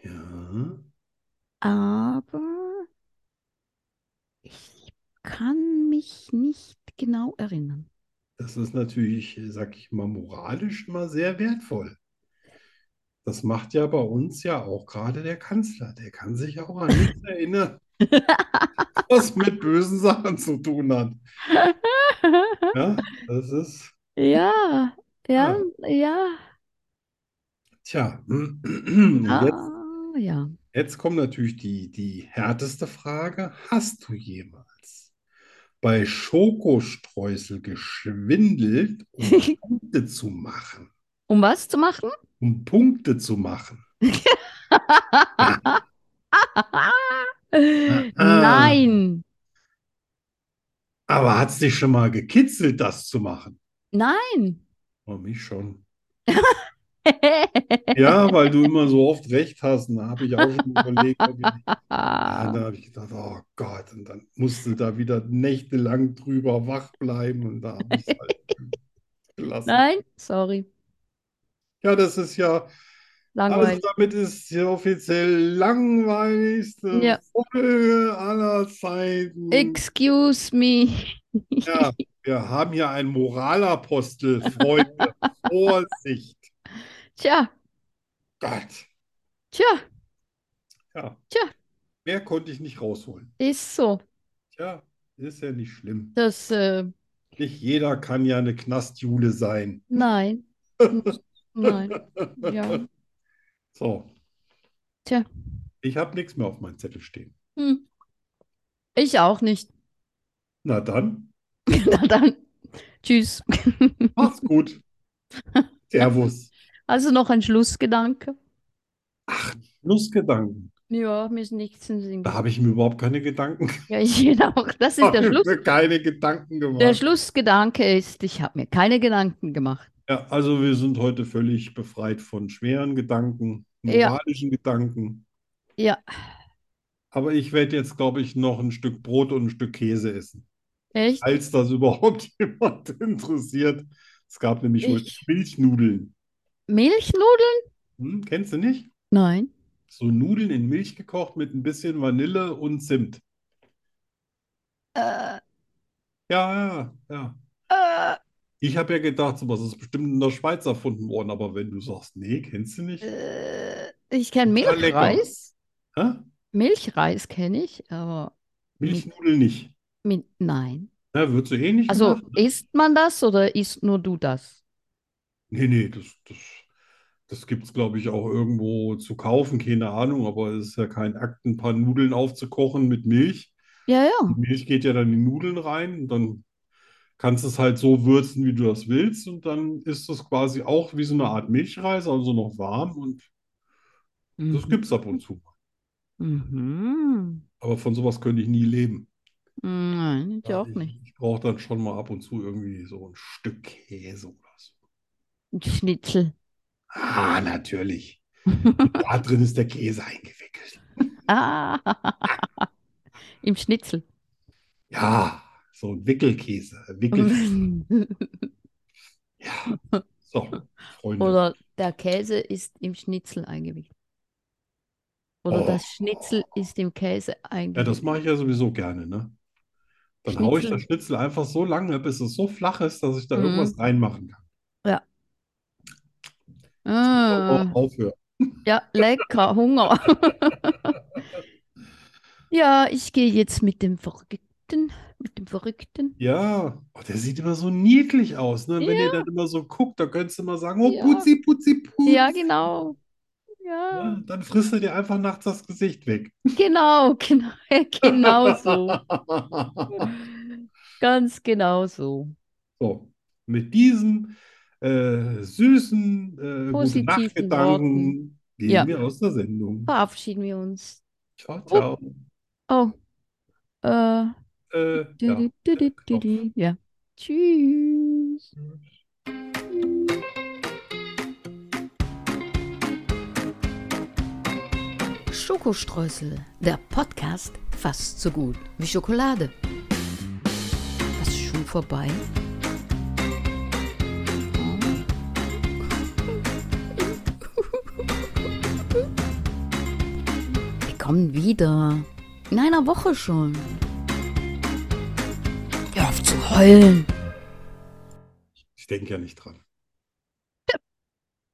B: Ja.
A: aber ich kann mich nicht genau erinnern.
B: Das ist natürlich, äh, sag ich mal, moralisch immer sehr wertvoll. Das macht ja bei uns ja auch gerade der Kanzler. Der kann sich auch an nichts erinnern, was mit bösen Sachen zu tun hat. Ja, das ist,
A: Ja, ja, ja,
B: tja. Jetzt,
A: ah, ja.
B: jetzt kommt natürlich die, die härteste Frage. Hast du jemals bei Schokostreusel geschwindelt, um Punkte zu machen?
A: Um was zu machen?
B: um Punkte zu machen.
A: Äh, Nein,
B: Aber hat es dich schon mal gekitzelt, das zu machen?
A: nein.
B: Oh, mich schon. Ja, weil du immer so oft recht hast. Und da habe ich auch schon überlegt. Ob ich, ja,
A: Ah.
B: und dann habe ich gedacht, oh Gott, und dann musst du da wieder nächtelang drüber wach bleiben. Und da habe ich es halt gelassen.
A: Nein, sorry.
B: Ja, das ist ja, also
A: Langweilig.
B: damit ist die offiziell langweiligste
A: Ja.
B: Folge aller Zeiten.
A: Excuse me.
B: Ja, wir haben hier einen Moralapostel, Freunde. Vorsicht.
A: Tja,
B: Gott.
A: tja,
B: Ja.
A: Tja.
B: Mehr konnte ich nicht rausholen.
A: ist so.
B: Tja, ist ja nicht schlimm.
A: Das, äh,
B: Nicht jeder kann ja eine Knastjule sein.
A: nein. Nein, ja.
B: So.
A: Tja.
B: Ich habe nichts mehr auf meinem Zettel stehen.
A: Hm. Ich auch nicht.
B: Na dann,
A: Na dann, tschüss.
B: macht's gut. Servus.
A: Also noch ein Schlussgedanke.
B: Schlussgedanken.
A: Ja, mir ist nichts in den Sinn
B: Da habe ich mir überhaupt keine Gedanken gemacht.
A: Ja, ich genau. Das ist
B: Hab
A: der
B: Ah. ich
A: Schluss.
B: mir keine Gedanken
A: Der
B: gemacht.
A: Schlussgedanke ist, ich habe mir keine Gedanken gemacht.
B: Ja, also wir sind heute völlig befreit von schweren Gedanken,
A: Ja.
B: moralischen Gedanken.
A: Ja,
B: Aber ich werde jetzt, glaube ich, noch ein Stück Brot und ein Stück Käse essen,
A: echt?
B: falls das überhaupt jemand interessiert. Es gab nämlich heute
A: Ich-
B: Milchnudeln.
A: Milchnudeln?
B: Hm, kennst du nicht?
A: Nein.
B: So Nudeln in Milch gekocht mit ein bisschen Vanille und Zimt.
A: Äh,
B: Ja, ja, ja.
A: äh,
B: Ich habe ja gedacht, sowas ist bestimmt in der Schweiz erfunden worden, aber wenn du sagst, nee, kennst du nicht?
A: Äh, ich kenne
B: Total lecker.
A: Milchreis.
B: Hä?
A: Milchreis kenne ich, aber
B: Milchnudeln nicht.
A: mit, nein.
B: Na, wird so ähnlich
A: Also
B: gemacht?
A: isst man das oder isst nur du das?
B: Nee, nee, das, das, das gibt es, glaube ich, auch irgendwo zu kaufen, keine Ahnung, aber es ist ja kein Akt, ein paar Nudeln aufzukochen mit Milch.
A: Ja, ja.
B: Die Milch geht ja dann in die Nudeln rein und dann kannst du es halt so würzen, wie du das willst und dann ist das quasi auch wie so eine Art Milchreis, also noch warm und das gibt es ab und zu.
A: Mhm.
B: Aber von sowas könnte ich nie leben.
A: Mhm. Nein, ich auch
B: ich,
A: nicht.
B: ich brauche dann schon mal ab und zu irgendwie so ein Stück Käse oder so.
A: Ein Schnitzel.
B: Ah, natürlich. Da drin ist der Käse eingewickelt.
A: Ah, im Schnitzel.
B: Ja, so ein Wickelkäse. äh, Wickel.
A: Oder
B: Ja. So, Freunde.
A: der Käse ist im Schnitzel eingewickelt. Oder
B: Oh.
A: das Schnitzel ist im Käse
B: Ja, das
A: eingewickelt.
B: mache ich ja sowieso gerne, ne? Dann haue ich
A: Schnitzel.
B: das Schnitzel einfach so lange, bis es so flach ist, dass ich da
A: Mhm.
B: irgendwas reinmachen kann.
A: Ah.
B: Oh, aufhören.
A: Ja, lecker, Hunger. Ja, ich gehe jetzt mit dem Verrückten, mit dem Verrückten.
B: Ja, oh, der sieht immer so niedlich aus, ne? Wenn ihr dann immer so guckt, da könntest du immer sagen, oh,
A: Ja.
B: putzi, putzi, putzi.
A: Ja, genau. Ja,
B: Ja, dann frisst du dir einfach nachts das Gesicht weg.
A: genau, genau, genau so. Ganz genau so.
B: So, mit diesen äh, süßen äh, gute
A: Positiven
B: Nachtgedanken gehen
A: Ja. Ah.
B: wir aus der Sendung.
A: Verabschieden wir uns.
B: Ciao, ciao.
A: Oh. Äh,
B: Äh, ja.
A: du, du, du, du, du. Ja. Tschüss.
C: Schokostreusel, der Podcast fast so gut wie Schokolade. Was ist schon vorbei? Wir kommen wieder. In einer Woche schon. Hör auf zu heulen.
B: Ich denke ja nicht dran.